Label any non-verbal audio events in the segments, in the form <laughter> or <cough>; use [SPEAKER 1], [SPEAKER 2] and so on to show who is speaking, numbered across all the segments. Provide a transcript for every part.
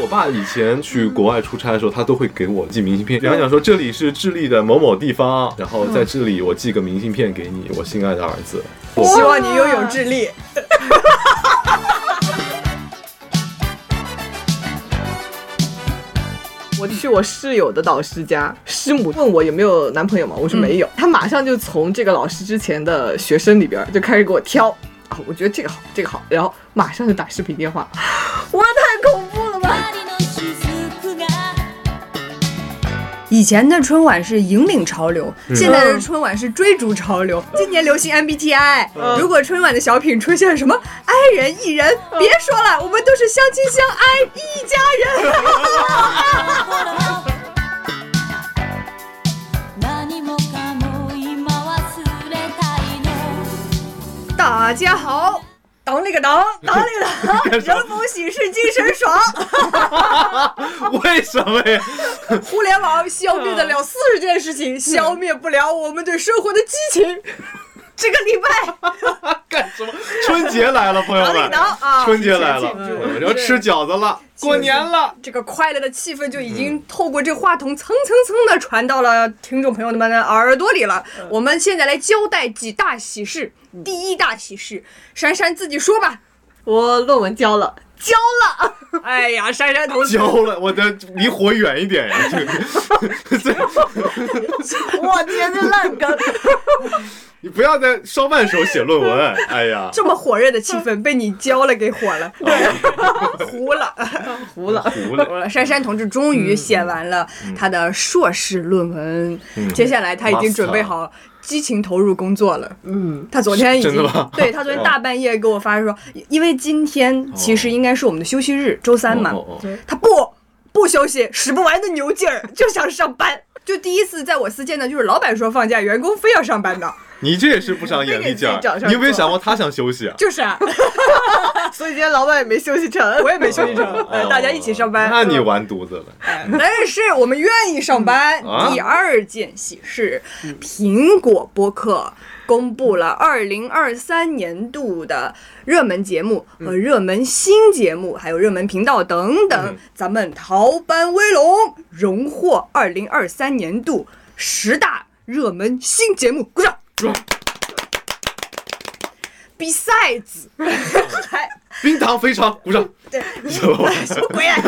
[SPEAKER 1] 我爸以前去国外出差的时候，他都会给我寄明信片，比方讲说这里是智利的某某地方，然后在这里我寄个明信片给你，我心爱的儿子。我
[SPEAKER 2] 希望你拥有
[SPEAKER 3] <laughs>
[SPEAKER 2] 智力。我去我室友的导师家，师母问我有没有男朋友嘛，我说没有，她马上就从这个老师之前的学生里边儿就开始给我挑啊，我觉得这个好，这个好，然后马上就打视频电话，哇，太恐怖了吧！
[SPEAKER 3] 以前的春晚是引领潮流，现在的春晚是追逐潮流。今年流行 MBTI，、如果春晚的小品出现什么 I 人 E 人，别说了，我们都是相亲相爱一家人。大家好，当那个当，当那个当，人逢喜事精神爽。
[SPEAKER 1] <laughs> 为什么呀？
[SPEAKER 3] 互联网消灭得了四十件事情，消灭不了我们对生活的激情。 <laughs> 这个礼拜，
[SPEAKER 1] 干什么？春节来了，朋友
[SPEAKER 3] 哪
[SPEAKER 1] 们
[SPEAKER 3] 里能啊，
[SPEAKER 1] 春节来了
[SPEAKER 3] 庆祝，
[SPEAKER 1] 我要吃饺子了，过年了。
[SPEAKER 3] 这个快乐的气氛就已经透过这话筒蹭蹭蹭的传到了听众朋友们的耳朵里了。我们现在来交代几大喜事。第一大喜事，珊珊自己说吧。
[SPEAKER 2] 我论文交了，
[SPEAKER 3] 交了， <laughs> 哎呀，珊珊同学，
[SPEAKER 1] 交了，我的离火远一 <laughs> 点呀！这个这
[SPEAKER 2] 我天，这烂梗，
[SPEAKER 1] 你不要在烧饭时候写论文，哎
[SPEAKER 3] <laughs>
[SPEAKER 1] 呀，
[SPEAKER 3] <laughs> 这么火热的气氛被你交了给火了， <laughs> 糊了。
[SPEAKER 2] 服了。
[SPEAKER 1] 糊了。
[SPEAKER 3] 珊珊同志终于写
[SPEAKER 1] 嗯
[SPEAKER 3] 完了他的硕士论文，接下来他已经准备好激情投入工作了。
[SPEAKER 2] 嗯，
[SPEAKER 3] 他昨天已
[SPEAKER 1] 真
[SPEAKER 3] 经
[SPEAKER 1] 的吗，
[SPEAKER 3] <laughs> 对他昨天
[SPEAKER 1] 哦
[SPEAKER 3] 大半夜给我发说，因为今天其实应该是我们的休息日，周三嘛，
[SPEAKER 1] 哦哦哦
[SPEAKER 3] 他不不休息，使不完的牛劲儿，就想上班。就第一次在我司见的，就是老板说放假，员工非要上班的，
[SPEAKER 1] 你这也是不长眼力劲
[SPEAKER 2] 非给自己找
[SPEAKER 1] 儿
[SPEAKER 2] 事儿，做
[SPEAKER 1] 你有没有想过他想休息啊？
[SPEAKER 3] 就是啊， <laughs>
[SPEAKER 2] 所以今天老板也没休息成，
[SPEAKER 3] 我也没休息成，哎
[SPEAKER 1] 哦
[SPEAKER 3] 大家一起上班。
[SPEAKER 1] 那你完犊子了。
[SPEAKER 3] <laughs> 但是我们愿意上班。
[SPEAKER 1] 嗯啊
[SPEAKER 3] 第二件喜事，苹果播客公布
[SPEAKER 1] 嗯
[SPEAKER 3] 了二零二三年度的热门节目和热门新节目，还有热门频道等等
[SPEAKER 1] 嗯。
[SPEAKER 3] 咱们逃班威龙荣获二零二三年度十大热门新节目，鼓掌
[SPEAKER 1] 鼓掌。 <laughs>
[SPEAKER 3] Besides，还
[SPEAKER 1] 冰糖肥肠，鼓掌。
[SPEAKER 3] <laughs> 对，
[SPEAKER 1] 什么玩意儿
[SPEAKER 3] 什么鬼啊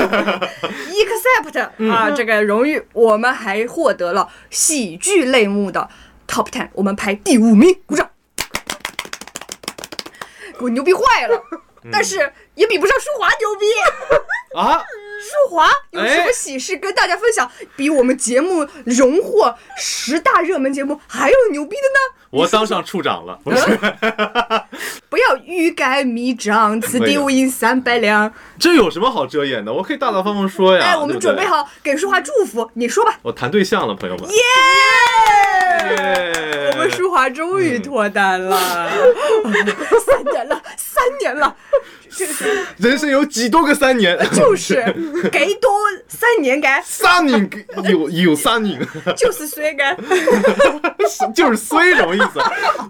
[SPEAKER 3] ？Except 啊，这个荣誉，我们还获得了喜剧类目的 Top Ten，我们排第五名，鼓掌！我牛逼坏了，但是也比不上舒华牛逼。
[SPEAKER 1] 啊，
[SPEAKER 3] <laughs> 舒华有什么喜事跟大家分享？比我们节目荣获十大热门节目还要牛逼的呢？
[SPEAKER 1] 我当上处长了，不是， <laughs>
[SPEAKER 3] 不要欲盖弥彰，此
[SPEAKER 1] 没
[SPEAKER 3] 地哎
[SPEAKER 1] 有
[SPEAKER 3] 无银三百两。
[SPEAKER 1] 这有什么好遮掩的？我可以大大方方说呀。
[SPEAKER 3] 哎，我们
[SPEAKER 1] 对不对
[SPEAKER 3] 准备，好给舒华祝福，你说吧。
[SPEAKER 1] 我谈对象了，朋友们。
[SPEAKER 3] 耶！
[SPEAKER 1] 耶
[SPEAKER 3] 我们舒 <laughs> 华终于脱单了，三年了，三年了，
[SPEAKER 1] 人生有几多个三年？ <laughs>
[SPEAKER 3] 就是给多三年该
[SPEAKER 1] 三年有有三年，
[SPEAKER 3] 就是衰该。
[SPEAKER 1] <laughs> 就是衰什么意思？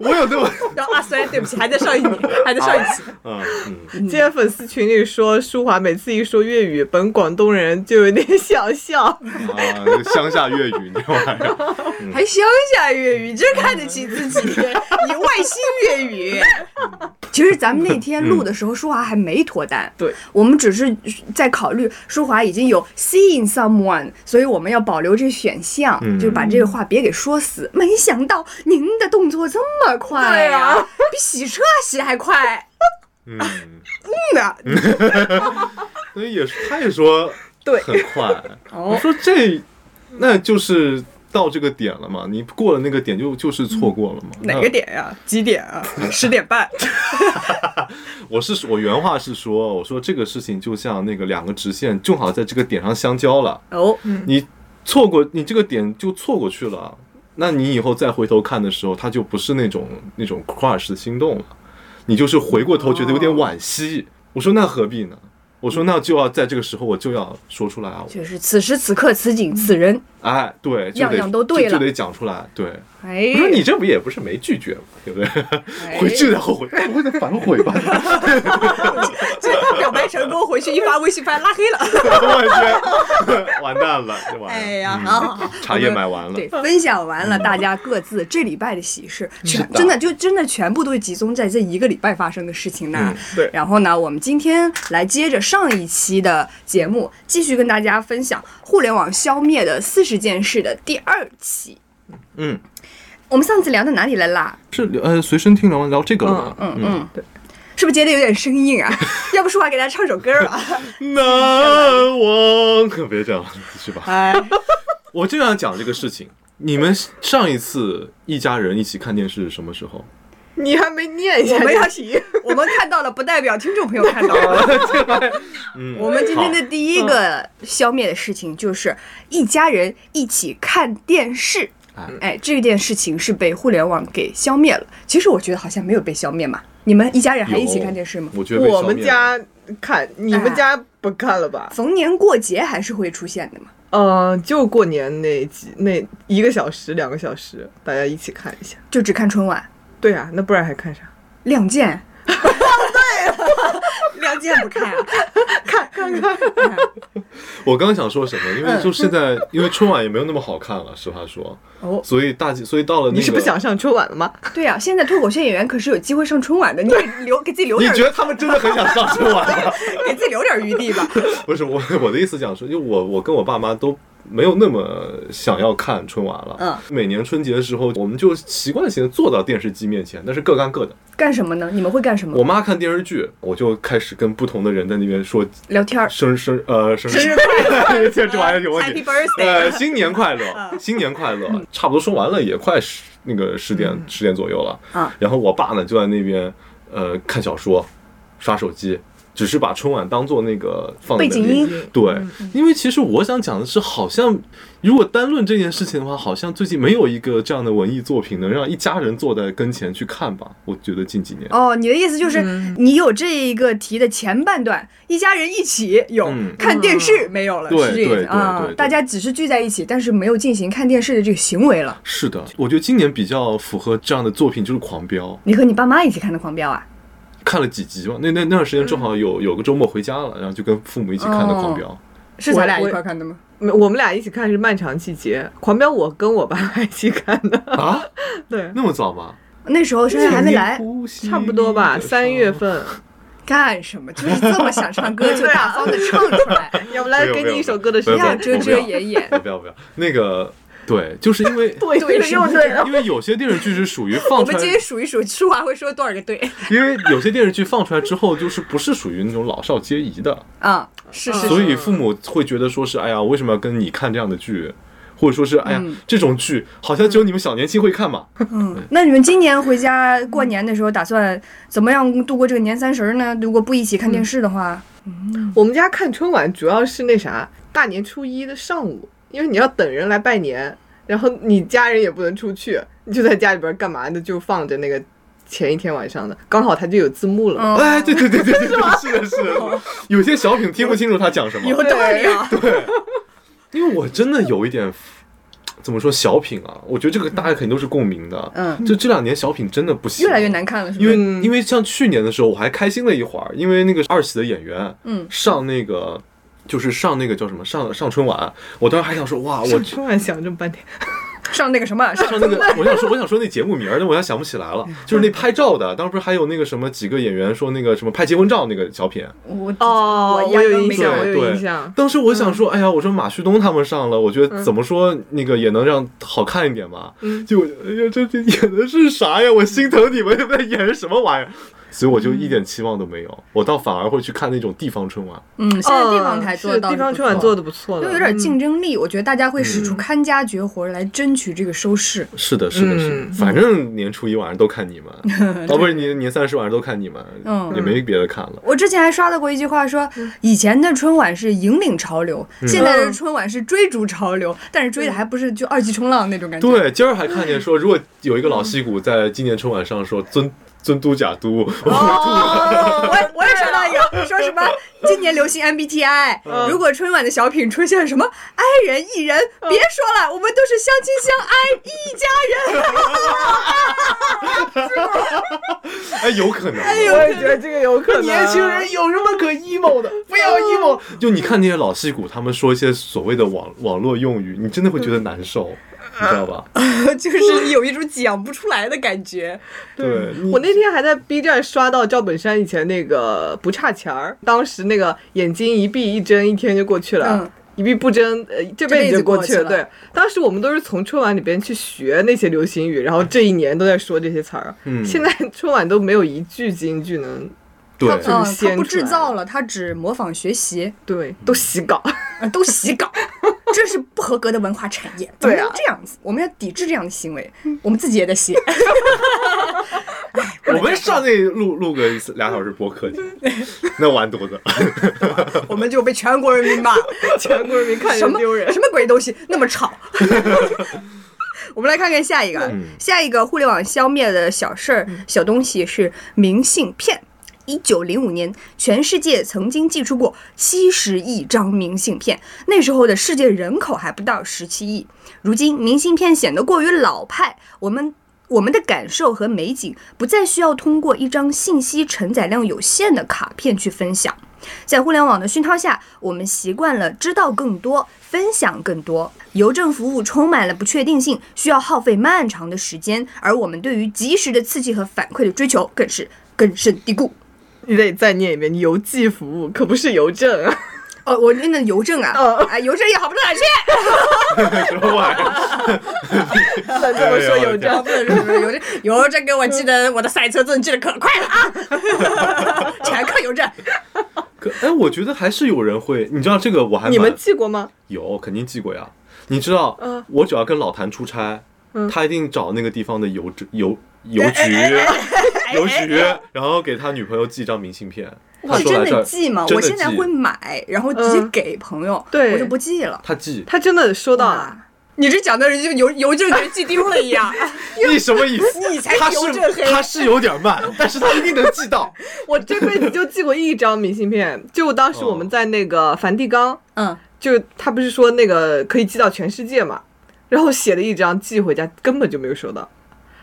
[SPEAKER 1] 我 <laughs> 有那么
[SPEAKER 3] <laughs> 然后啊，虽然对不起，还在上一年，还在上一期。
[SPEAKER 1] 嗯嗯，
[SPEAKER 2] 今天粉丝群里说，舒华每次一说粤语，本广东人就有点想笑。
[SPEAKER 1] 啊，乡下粤语那玩意儿，
[SPEAKER 3] <laughs> 还乡下粤语，真看得起自己，你外星粤语。 <laughs> 其实咱们那天录的时候，舒华还没脱单，
[SPEAKER 2] 对
[SPEAKER 3] 我们只是在考虑舒华已经有 seeing someone，所以我们要保留这选项，
[SPEAKER 1] 嗯
[SPEAKER 3] 就把这个话别给说死。没想到您的动作这么快
[SPEAKER 2] 对
[SPEAKER 3] 呀、
[SPEAKER 2] 啊
[SPEAKER 3] 比洗车洗还快。
[SPEAKER 2] <laughs>
[SPEAKER 1] 嗯，
[SPEAKER 3] 嗯呐，
[SPEAKER 1] <laughs> 所以也是，他也说
[SPEAKER 3] 对
[SPEAKER 1] 很
[SPEAKER 2] <laughs>
[SPEAKER 1] 快。
[SPEAKER 2] 哦
[SPEAKER 1] 我说这，那就是到这个点了嘛？你过了那个点就就是错过了嘛？
[SPEAKER 2] 嗯哪个？点呀、几点啊？十点半。
[SPEAKER 1] 我是我原话是说，我说这个事情就像那个两个直线正好在这个点上相交了，
[SPEAKER 3] 哦，
[SPEAKER 1] 你错过你这个点就错过去了，啊那你以后再回头看的时候，它就不是那种那种 crush 的心动了，你就是回过头觉得有点惋惜。我说那何必呢？我说那就要在这个时候我就要说出来啊！
[SPEAKER 3] 就是此时此刻此景此人，
[SPEAKER 1] 哎，对，就
[SPEAKER 3] 样
[SPEAKER 1] 得
[SPEAKER 3] 样都对了
[SPEAKER 1] 就，就得讲出来。对，
[SPEAKER 3] 哎
[SPEAKER 1] 我，说你这不也不是没拒绝
[SPEAKER 3] <laughs>
[SPEAKER 1] 吗？对不对？回去再后悔，哎，我得反悔吧。
[SPEAKER 3] 这表白成功，回去一发微信发现拉黑了。
[SPEAKER 1] 我去， <laughs> 完蛋了，这玩意儿。
[SPEAKER 3] 哎呀，
[SPEAKER 1] 嗯
[SPEAKER 3] 好好好，
[SPEAKER 1] 茶叶买完了嗯
[SPEAKER 3] 对，分享完了大家各自这礼拜的喜事，全
[SPEAKER 1] 是的
[SPEAKER 3] 真的就真的全部都是集中在这一个礼拜发生的事情那儿
[SPEAKER 1] 嗯。
[SPEAKER 2] 对
[SPEAKER 3] 然后呢，我们今天来接着上一期的节目，继续跟大家分享互联网消灭的四十件事的第二期。
[SPEAKER 1] 嗯，
[SPEAKER 3] 我们上次聊到哪里来啦？
[SPEAKER 1] 是呃，随身听聊聊这个了吗？
[SPEAKER 3] 嗯嗯，对，是不是接的有点生硬啊？ <laughs> 要不说话给大家唱首歌啊吧？
[SPEAKER 1] 嗯难忘，可别这样，是吧？
[SPEAKER 3] 哎，
[SPEAKER 1] <laughs> 我就想讲这个事情。你们上一次一家人一起看电视是什么时候？
[SPEAKER 2] <laughs> 你还没念一下
[SPEAKER 3] 我没
[SPEAKER 2] 这
[SPEAKER 3] 有
[SPEAKER 2] 个题，
[SPEAKER 3] <laughs> 我们看到了，不代表听众朋友看到啊了。
[SPEAKER 1] 嗯，
[SPEAKER 3] 我们今天
[SPEAKER 1] 好
[SPEAKER 3] 的第一个消灭的事情就是一家人一起看电视
[SPEAKER 1] 哎。
[SPEAKER 3] 哎，这件事情是被互联网给消灭了。其实我觉得好像没有被消灭嘛。你们一家人还一起看电视吗？
[SPEAKER 1] 有我觉得被
[SPEAKER 2] 我
[SPEAKER 1] 消
[SPEAKER 2] 们
[SPEAKER 1] 灭了
[SPEAKER 2] 家看，你们家不看了吧？
[SPEAKER 3] 逢年过节还是会出现的嘛。
[SPEAKER 2] 呃，就过年那几那一个小时、两个小时，大家一起看一下。
[SPEAKER 3] 就只看春晚，
[SPEAKER 2] 对啊，那不然还看啥？
[SPEAKER 3] 《亮
[SPEAKER 1] <laughs>
[SPEAKER 3] 剑》。对，《 <laughs> 亮剑》不看啊。
[SPEAKER 1] 我刚想说什么，因为
[SPEAKER 3] 嗯
[SPEAKER 1] 就现在， <laughs> 因为春晚也没有那么好看了，实话说，
[SPEAKER 3] 哦，
[SPEAKER 1] 所以大几，所以到了那个，
[SPEAKER 2] 你是不想上春晚了吗？ <laughs>
[SPEAKER 3] 对啊，现在脱口秀演员可是有机会上春晚的，你得留给自己留
[SPEAKER 1] 你
[SPEAKER 3] 点
[SPEAKER 1] 觉得他们真的很想上春晚吗？
[SPEAKER 3] 给自己留点余地吧。
[SPEAKER 1] 不是我 <laughs> 我的意思讲说，就我我跟我爸妈都。没有那么想要看春晚了。
[SPEAKER 3] 嗯，
[SPEAKER 1] 每年春节的时候，我们就习惯性地坐到电视机面前，但是各干各的。
[SPEAKER 3] 干什么呢？你们会干什
[SPEAKER 1] 我
[SPEAKER 3] 么？
[SPEAKER 1] 妈看电视剧，我就开始跟不同的人在那边说
[SPEAKER 3] 聊天儿。
[SPEAKER 1] 生生呃生
[SPEAKER 3] 生日
[SPEAKER 1] 快 <laughs> 乐，这这玩意儿有问题。
[SPEAKER 3] Happy birthday
[SPEAKER 1] 呃，新年快乐，
[SPEAKER 3] 嗯
[SPEAKER 1] 新年快乐，差不多说完了，也快十那个十点十点左右了。
[SPEAKER 3] 嗯
[SPEAKER 1] 然后我爸呢就在那边呃看小说，刷手机，只是把春晚当做那个放在
[SPEAKER 3] 背景
[SPEAKER 1] 那里
[SPEAKER 3] 音嗯
[SPEAKER 1] 对，因为其实我想讲的是，好像如果单论这件事情的话，好像最近没有一个这样的文艺作品能让一家人坐在跟前去看吧。我觉得近几年，
[SPEAKER 3] 哦，你的意思就是、你有这一个题的前半段，一家人一起有、
[SPEAKER 1] 嗯
[SPEAKER 3] 看电视没有了，
[SPEAKER 1] 对
[SPEAKER 3] 是这个意
[SPEAKER 1] 对
[SPEAKER 3] 思啊
[SPEAKER 1] 对对？对
[SPEAKER 3] 大家只是聚在一起，但是没有进行看电视的这个行为了。
[SPEAKER 1] 是的，我觉得今年比较符合这样的作品就是《狂飙》。
[SPEAKER 3] 你和你爸妈一起看的《狂飙》啊？
[SPEAKER 1] 看了几集嘛，那那那段时间正好有有个周末回家了，然后就跟父母一起看的《狂飙》
[SPEAKER 3] 是咱俩
[SPEAKER 2] 我
[SPEAKER 3] 一
[SPEAKER 2] 我
[SPEAKER 3] 块儿看的吗？
[SPEAKER 2] 没我们俩一起看是《漫长季节》，《狂飙》我跟我爸妈一起看的。
[SPEAKER 1] <laughs>
[SPEAKER 2] <laughs>
[SPEAKER 1] 啊，
[SPEAKER 2] 对，
[SPEAKER 1] 那么早吗？
[SPEAKER 3] 那时候珊珊还没来，
[SPEAKER 2] 差不多
[SPEAKER 1] 嗯
[SPEAKER 2] 吧，三月。份。
[SPEAKER 3] 干什么？就是这么想唱 <laughs> 歌就
[SPEAKER 2] 对啊
[SPEAKER 3] 大方的唱
[SPEAKER 1] <laughs>
[SPEAKER 3] 出来，
[SPEAKER 2] 要不来
[SPEAKER 1] 没有
[SPEAKER 2] 给
[SPEAKER 1] 没有
[SPEAKER 2] 你一首歌的时
[SPEAKER 1] 没
[SPEAKER 3] 不
[SPEAKER 1] 有没
[SPEAKER 3] 要
[SPEAKER 1] 有
[SPEAKER 2] 间。
[SPEAKER 3] 遮遮掩掩。
[SPEAKER 1] 不要不要，那个对，就是因为
[SPEAKER 2] 对
[SPEAKER 3] 对
[SPEAKER 2] 了又对了。
[SPEAKER 1] 因为有些电视剧是属于
[SPEAKER 3] 我
[SPEAKER 1] 放出
[SPEAKER 3] 们
[SPEAKER 1] 来
[SPEAKER 3] 今，天数一数，舒华会说多少个对？
[SPEAKER 1] 因为有些电视剧放出来之后，就是不是属于那种老少皆宜的，
[SPEAKER 3] 啊、是是
[SPEAKER 1] 所
[SPEAKER 3] 是，
[SPEAKER 1] 以父母会觉得说是哎呀，为什么要跟你看这样的剧？或者说是，哎呀，这种剧好像只有你们小年轻会看嘛？
[SPEAKER 3] 嗯。那你们今年回家过年的时候，打算怎么样度过这个年三十儿呢？如果不一起看电视的话，
[SPEAKER 2] 我们家看春晚主要是那啥，大年初一的上午，因为你要等人来拜年，然后你家人也不能出去，你就在家里边干嘛呢？就放着那个前一天晚上的，刚好它就有字幕了
[SPEAKER 3] 嗯
[SPEAKER 2] 嘛。
[SPEAKER 1] 哎，对对对对对，对是的，是的，有些小品听不清楚他讲什么，
[SPEAKER 3] 有道理啊。
[SPEAKER 1] 因为我真的有一点，怎么说小品啊？我觉得这个大家肯定都是共鸣的。
[SPEAKER 3] 嗯，
[SPEAKER 1] 就这两年小品真的不行，
[SPEAKER 3] <laughs> 越来越难。看了，是
[SPEAKER 1] 因
[SPEAKER 3] 吗？
[SPEAKER 1] 为
[SPEAKER 2] 嗯
[SPEAKER 1] 因为像去年的时候，我还开心了一会儿，因为那个二喜的演员，
[SPEAKER 3] 嗯
[SPEAKER 1] 上那个就是上那个叫什么上上春晚，我当时还想说哇，我上
[SPEAKER 2] 上春晚想这么半天，
[SPEAKER 3] 上那个
[SPEAKER 2] <laughs>
[SPEAKER 3] 什么，上
[SPEAKER 1] 那个，我想说我想说那节目名儿，但我要想不起来了，就是那拍照的，当时不是还有那个什么几个演员说那个什么拍结婚照那个小品，
[SPEAKER 3] 我
[SPEAKER 2] 哦
[SPEAKER 3] 我压
[SPEAKER 2] 我有
[SPEAKER 3] 根
[SPEAKER 2] 印
[SPEAKER 3] 没
[SPEAKER 2] 象
[SPEAKER 3] 看过
[SPEAKER 2] 我
[SPEAKER 1] 对
[SPEAKER 2] 有印
[SPEAKER 1] 对
[SPEAKER 2] 象，
[SPEAKER 1] 当时我想说，哎呀，我说马旭东他们上了，我觉得怎么说那个也能让好看一点吧。
[SPEAKER 2] 嗯
[SPEAKER 1] 就哎呀，这这演的是啥呀？我心疼你们在演什么玩意儿。 <laughs> 所以我就一点期望都没有，我倒反而会去看那种地方春晚。
[SPEAKER 3] 嗯，现在地方台做
[SPEAKER 2] 哦是
[SPEAKER 3] 到
[SPEAKER 2] 地
[SPEAKER 3] 是
[SPEAKER 2] 方
[SPEAKER 3] 不
[SPEAKER 2] 春晚
[SPEAKER 3] 错
[SPEAKER 2] 做的不错
[SPEAKER 3] 就
[SPEAKER 2] 的，嗯
[SPEAKER 3] 有点竞争力，我觉得大家会使出看家绝活来争取这个收视。
[SPEAKER 1] 是的，是的，是的，
[SPEAKER 2] 嗯
[SPEAKER 1] 反正年初一晚上都看你们，哦，不是年年三十晚上都看你们，
[SPEAKER 3] 嗯
[SPEAKER 1] 也没别的看了。
[SPEAKER 3] 我之前还刷到过一句话说，
[SPEAKER 2] 嗯
[SPEAKER 3] 以前的春晚是引领潮流，现在的春晚是追逐潮流，但是追的还不是就二级冲浪那种感觉。
[SPEAKER 1] 对，今儿还看见说，如果有一个老戏骨在今年春晚上说尊尊都假都， <laughs>
[SPEAKER 3] 哦，我我也刷到一个说什么今年流行 MBTI，、
[SPEAKER 2] 嗯
[SPEAKER 3] 如果春晚的小品出现什么 I 人 E 人，别说了，我们都是相亲相爱一家人。
[SPEAKER 1] 哎，有可能。
[SPEAKER 2] 我也觉得这个有可能。啊
[SPEAKER 1] 年轻人有什么可 emo
[SPEAKER 2] 嗯
[SPEAKER 1] 的？不要 emo。就你看那些老戏骨，他们说一些所谓的网网络用语，你真的会觉得难受，
[SPEAKER 2] 嗯
[SPEAKER 1] 你知道吧？
[SPEAKER 3] <laughs> 就是有一种讲不出来的感觉。
[SPEAKER 1] 对，你
[SPEAKER 2] 我那天还在 B 站刷到赵本山以前那个不差钱儿，当时那个眼睛一闭一睁，一天就过去了。
[SPEAKER 3] 嗯
[SPEAKER 2] 一闭不睁，呃，这辈子就过去
[SPEAKER 3] 这辈子过去
[SPEAKER 2] 了。
[SPEAKER 3] 了
[SPEAKER 2] 对，当时我们都是从春晚里边去学那些流行语，然后这一年都在说这些词儿。
[SPEAKER 1] 嗯
[SPEAKER 2] 现在春晚都没有一句京剧能，
[SPEAKER 1] 对
[SPEAKER 3] 他嗯，
[SPEAKER 2] 先
[SPEAKER 3] 他不
[SPEAKER 2] 出来
[SPEAKER 3] 制造了，他只模仿学习，
[SPEAKER 2] 对，都洗稿。
[SPEAKER 3] 呃 <laughs> 都洗稿，这是不合格的文化产业，怎
[SPEAKER 2] 对
[SPEAKER 3] 么
[SPEAKER 2] 啊
[SPEAKER 3] 能这样子？我们要抵制这样的行为，我们自己也得写。 <laughs>
[SPEAKER 1] 我们上那录录个俩小时播客
[SPEAKER 2] <laughs>
[SPEAKER 1] 去，那完犊子。 <laughs>
[SPEAKER 3] 我们就被全国人民骂，
[SPEAKER 2] 全国人民看
[SPEAKER 3] 什
[SPEAKER 2] 着
[SPEAKER 3] 么
[SPEAKER 2] 丢人。 <laughs>
[SPEAKER 3] 什么鬼东西那么吵。我们来看看下一个，啊下一个互联网消灭的小事儿、小东西是明信片。一九零五年，全世界曾经寄出过七十亿张明信片，那时候的世界人口还不到十七亿。如今，明信片显得过于老派，我们。我们的感受和美景不再需要通过一张信息承载量有限的卡片去分享，在互联网的熏陶下，我们习惯了知道更多、分享更多。邮政服务充满了不确定性，需要耗费漫长的时间，而我们对于及时的刺激和反馈的追求更是根深蒂固。
[SPEAKER 2] 你得再念一遍，邮寄服务可不是邮政啊。
[SPEAKER 3] 哦，我那那邮政啊，
[SPEAKER 2] 哦
[SPEAKER 3] 啊，邮政也好不到哪儿去。
[SPEAKER 1] 什么玩意儿？
[SPEAKER 2] 咱这么说邮政，
[SPEAKER 3] 不是不是邮政，邮政给我寄的我的赛车证寄的可快了啊， <laughs> 全靠邮政。
[SPEAKER 1] 可哎，我觉得还是有人会，你知道这个哎我还蛮
[SPEAKER 2] 你们寄过吗？
[SPEAKER 1] 有肯定寄过呀。你知道，
[SPEAKER 2] 嗯
[SPEAKER 1] 我只要跟老谭出差，
[SPEAKER 2] 嗯哎
[SPEAKER 1] 他一定找那个地方的邮政
[SPEAKER 2] <laughs>
[SPEAKER 1] 邮邮局。邮局，然后给他女朋友寄一张明信片。他
[SPEAKER 3] 是
[SPEAKER 1] 说
[SPEAKER 3] 真
[SPEAKER 1] 来这
[SPEAKER 3] 的
[SPEAKER 1] 儿
[SPEAKER 3] 寄吗？
[SPEAKER 1] 真
[SPEAKER 3] 我
[SPEAKER 1] 的
[SPEAKER 3] 现在
[SPEAKER 1] 寄
[SPEAKER 3] 会买，然后直接
[SPEAKER 2] 嗯
[SPEAKER 3] 给朋友，
[SPEAKER 2] 对
[SPEAKER 3] 我就不寄了。
[SPEAKER 1] 他寄，
[SPEAKER 3] <laughs>
[SPEAKER 2] 他真的收到啊了。
[SPEAKER 3] 哇，你这讲的人就邮邮政给人寄丢了一样。
[SPEAKER 1] 你什么意思？
[SPEAKER 3] 你才
[SPEAKER 1] 他
[SPEAKER 3] 邮政
[SPEAKER 1] 是他是有点慢，但是他一定能寄到。
[SPEAKER 2] 我这辈子就寄过一张明信片，就当时我们在那个梵蒂冈，
[SPEAKER 3] <laughs> 嗯，
[SPEAKER 2] 就他不是说那个可以寄到全世界嘛，然后写了一张寄回家，根本就没有收到。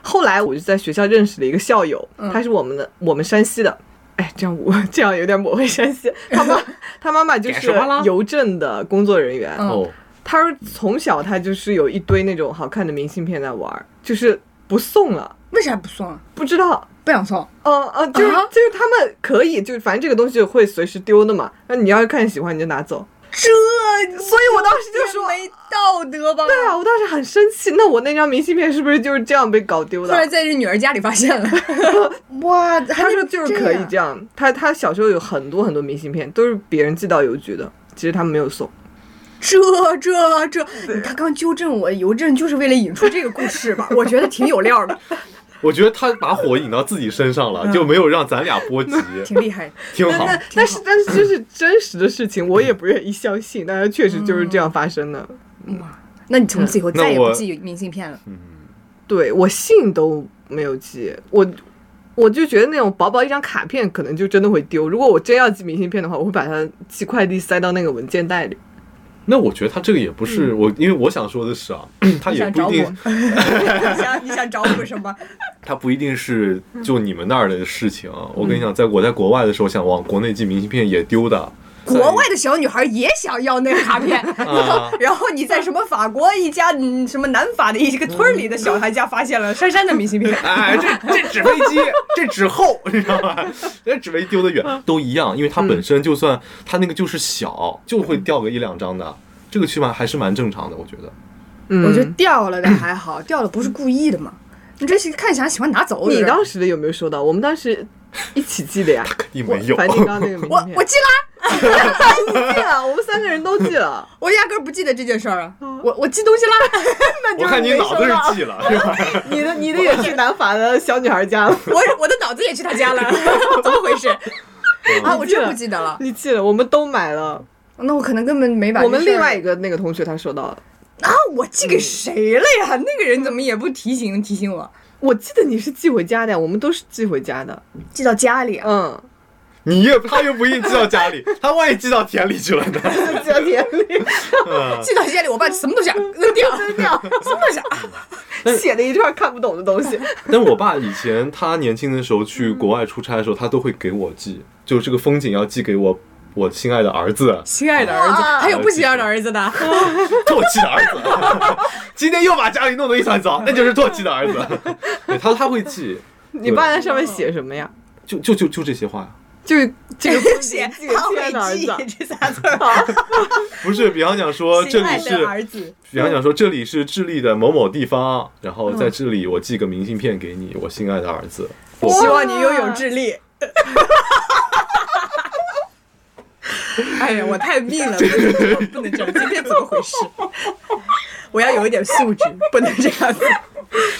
[SPEAKER 2] 后来我就在学校认识了一个校友，
[SPEAKER 3] 嗯
[SPEAKER 2] 他是我们的我们山西的，哎，这样我 <laughs> 这样有点抹黑山
[SPEAKER 3] <laughs>
[SPEAKER 2] 西。他妈他妈妈就是
[SPEAKER 1] 干什么了
[SPEAKER 2] 邮政的工作人
[SPEAKER 3] <laughs>
[SPEAKER 2] 员，
[SPEAKER 3] 嗯
[SPEAKER 1] 哦，
[SPEAKER 2] 他说从小他就是有一堆那种好看的明信片在玩儿，就是不送了，
[SPEAKER 3] 为啥不送啊？
[SPEAKER 2] 不知道
[SPEAKER 3] 不想送。
[SPEAKER 2] 哦哦，就是
[SPEAKER 3] 啊
[SPEAKER 2] 就是他们可以，就是反正这个东西会随时丢的嘛。那你要是看喜欢你就拿走。
[SPEAKER 3] 这，所以我当时就说没道德吧。
[SPEAKER 2] 对啊，我当时很生气。那我那张明信片是不是就是这样被搞丢
[SPEAKER 3] 后来
[SPEAKER 2] 的？
[SPEAKER 3] 在这女儿家里发现了。 <laughs> 哇，
[SPEAKER 2] 他说就是可以
[SPEAKER 3] 这
[SPEAKER 2] 这样。他他小时候有很多很多明信片，都是别人寄到邮局的，其实他们没有送。
[SPEAKER 3] 这这这，他刚纠正我，邮政就是为了引出这个故事 <laughs> 吧？我觉得挺有料的，
[SPEAKER 1] 我觉得他把火引到自己身上
[SPEAKER 3] 嗯
[SPEAKER 1] 了，就没有让咱俩波
[SPEAKER 3] <laughs>
[SPEAKER 1] 及，
[SPEAKER 3] 挺厉害的。
[SPEAKER 1] 挺好。
[SPEAKER 2] 那但是但是这是真实的事情，我也不愿意相信，但是确实就是这样发生的。
[SPEAKER 3] 那你从此以后
[SPEAKER 1] 那
[SPEAKER 3] 再也
[SPEAKER 1] 我
[SPEAKER 3] 不寄明信片了？
[SPEAKER 2] 对我信都没有寄，我我就觉得那种薄薄一张卡片可能就真的会丢。如果我真要寄明信片的话，我会把它寄快递塞到那个文件袋里。
[SPEAKER 1] 那我觉得他这个也不是我，因为我想说的是啊， <clears throat> 他
[SPEAKER 3] 你
[SPEAKER 1] 也
[SPEAKER 3] 想
[SPEAKER 1] 不
[SPEAKER 3] 找
[SPEAKER 1] 一
[SPEAKER 3] 嗯我？
[SPEAKER 1] 定，
[SPEAKER 3] <laughs> 你想你想找我什么？
[SPEAKER 1] 他不一定是就你们那儿的事情啊。我跟你讲，在我在国外的时候，想往国内寄明信片也丢的。
[SPEAKER 3] 国外的小女孩也想要那个卡片，然
[SPEAKER 1] 啊
[SPEAKER 3] 后然后你在什么法国一家嗯什么南法的一个村儿里的小孩家发现了珊珊的明
[SPEAKER 1] <laughs>
[SPEAKER 3] 信片，
[SPEAKER 1] 哎，这这纸飞机，这纸厚，你知道吧？这纸飞机丢得远都一样，因为它本身就算它那个就是小，就会掉个一两张的，这个去嘛还是蛮正常的，我觉得。
[SPEAKER 2] 嗯，
[SPEAKER 3] 我觉得掉了的还好，掉了不是故意的嘛。你这是看啥喜欢拿走的？
[SPEAKER 2] 你当时的有没有收到？我们当时一起寄的呀，
[SPEAKER 1] 你
[SPEAKER 2] 我
[SPEAKER 1] 没有，
[SPEAKER 2] 梵
[SPEAKER 1] <laughs>
[SPEAKER 2] 蒂冈那个明
[SPEAKER 3] 我
[SPEAKER 2] <laughs> 信片，
[SPEAKER 3] 我寄啦，
[SPEAKER 2] 我寄了，我们三个人都寄 <laughs> 了。
[SPEAKER 3] 我压根儿不记得这件事儿啊，我我寄东西啦， <laughs> 那就
[SPEAKER 1] 我
[SPEAKER 3] 是
[SPEAKER 1] 看你
[SPEAKER 3] 没
[SPEAKER 1] 脑
[SPEAKER 3] 收
[SPEAKER 1] 子
[SPEAKER 3] 到
[SPEAKER 1] 是记了，是吧？
[SPEAKER 2] 你的你的也去南法的小女孩家了，
[SPEAKER 3] <laughs> 我我的脑子也去他家了， <laughs> 怎么回事？啊，我真不记得了，
[SPEAKER 2] 你寄了，我们都买了。
[SPEAKER 3] 那我可能根本没把
[SPEAKER 2] 我们
[SPEAKER 3] 这事儿
[SPEAKER 2] 另外一个那个同学他收到了，
[SPEAKER 3] 啊，我寄给谁了呀？那个人怎么也不提醒提醒我，
[SPEAKER 2] 我记得你是寄回家的呀，我们都是寄回家的。
[SPEAKER 3] 寄到家里啊。
[SPEAKER 2] 嗯，
[SPEAKER 1] 你也他又不一定寄到家里，他万一寄到田里去了呢？
[SPEAKER 2] 寄到田里，
[SPEAKER 1] 嗯
[SPEAKER 3] 寄到家里，我爸什么都想 <laughs> 扔掉，
[SPEAKER 2] 扔掉，
[SPEAKER 3] 什么都想。啊
[SPEAKER 2] 写了一串看不懂的
[SPEAKER 1] <laughs>
[SPEAKER 2] 东西。
[SPEAKER 1] 但我爸以前他年轻的时候去国外出差的时候，他都会给我寄，就这个风景要寄给我我亲爱的儿子，
[SPEAKER 3] <laughs> <laughs> 亲爱的儿子，还有不亲爱的儿子呢。 <laughs>
[SPEAKER 1] 唾弃的儿子，今天又把家里弄得一团糟，那就是唾弃的儿
[SPEAKER 3] <laughs>
[SPEAKER 1] 子。对他他会记，
[SPEAKER 2] 你爸在上面写什么呀？
[SPEAKER 1] 就就就就这些话，
[SPEAKER 2] 就是这个风
[SPEAKER 3] 写
[SPEAKER 2] 景寄给亲爱的儿
[SPEAKER 3] 他
[SPEAKER 2] 子
[SPEAKER 3] 会。记这仨字儿。
[SPEAKER 1] 不是比方讲说这
[SPEAKER 3] 亲
[SPEAKER 1] 里
[SPEAKER 3] 爱
[SPEAKER 1] 是
[SPEAKER 3] 的儿子，嗯
[SPEAKER 1] 比方讲说这里是智利的某某地方，然后在这里我寄个明信片给你，我心爱的儿子。我
[SPEAKER 3] 希望你拥有智力。 <laughs> 哎呀，我太命了，不能我不能这样。今天怎么回 <laughs> 事？我要有一点素质，不能这样子。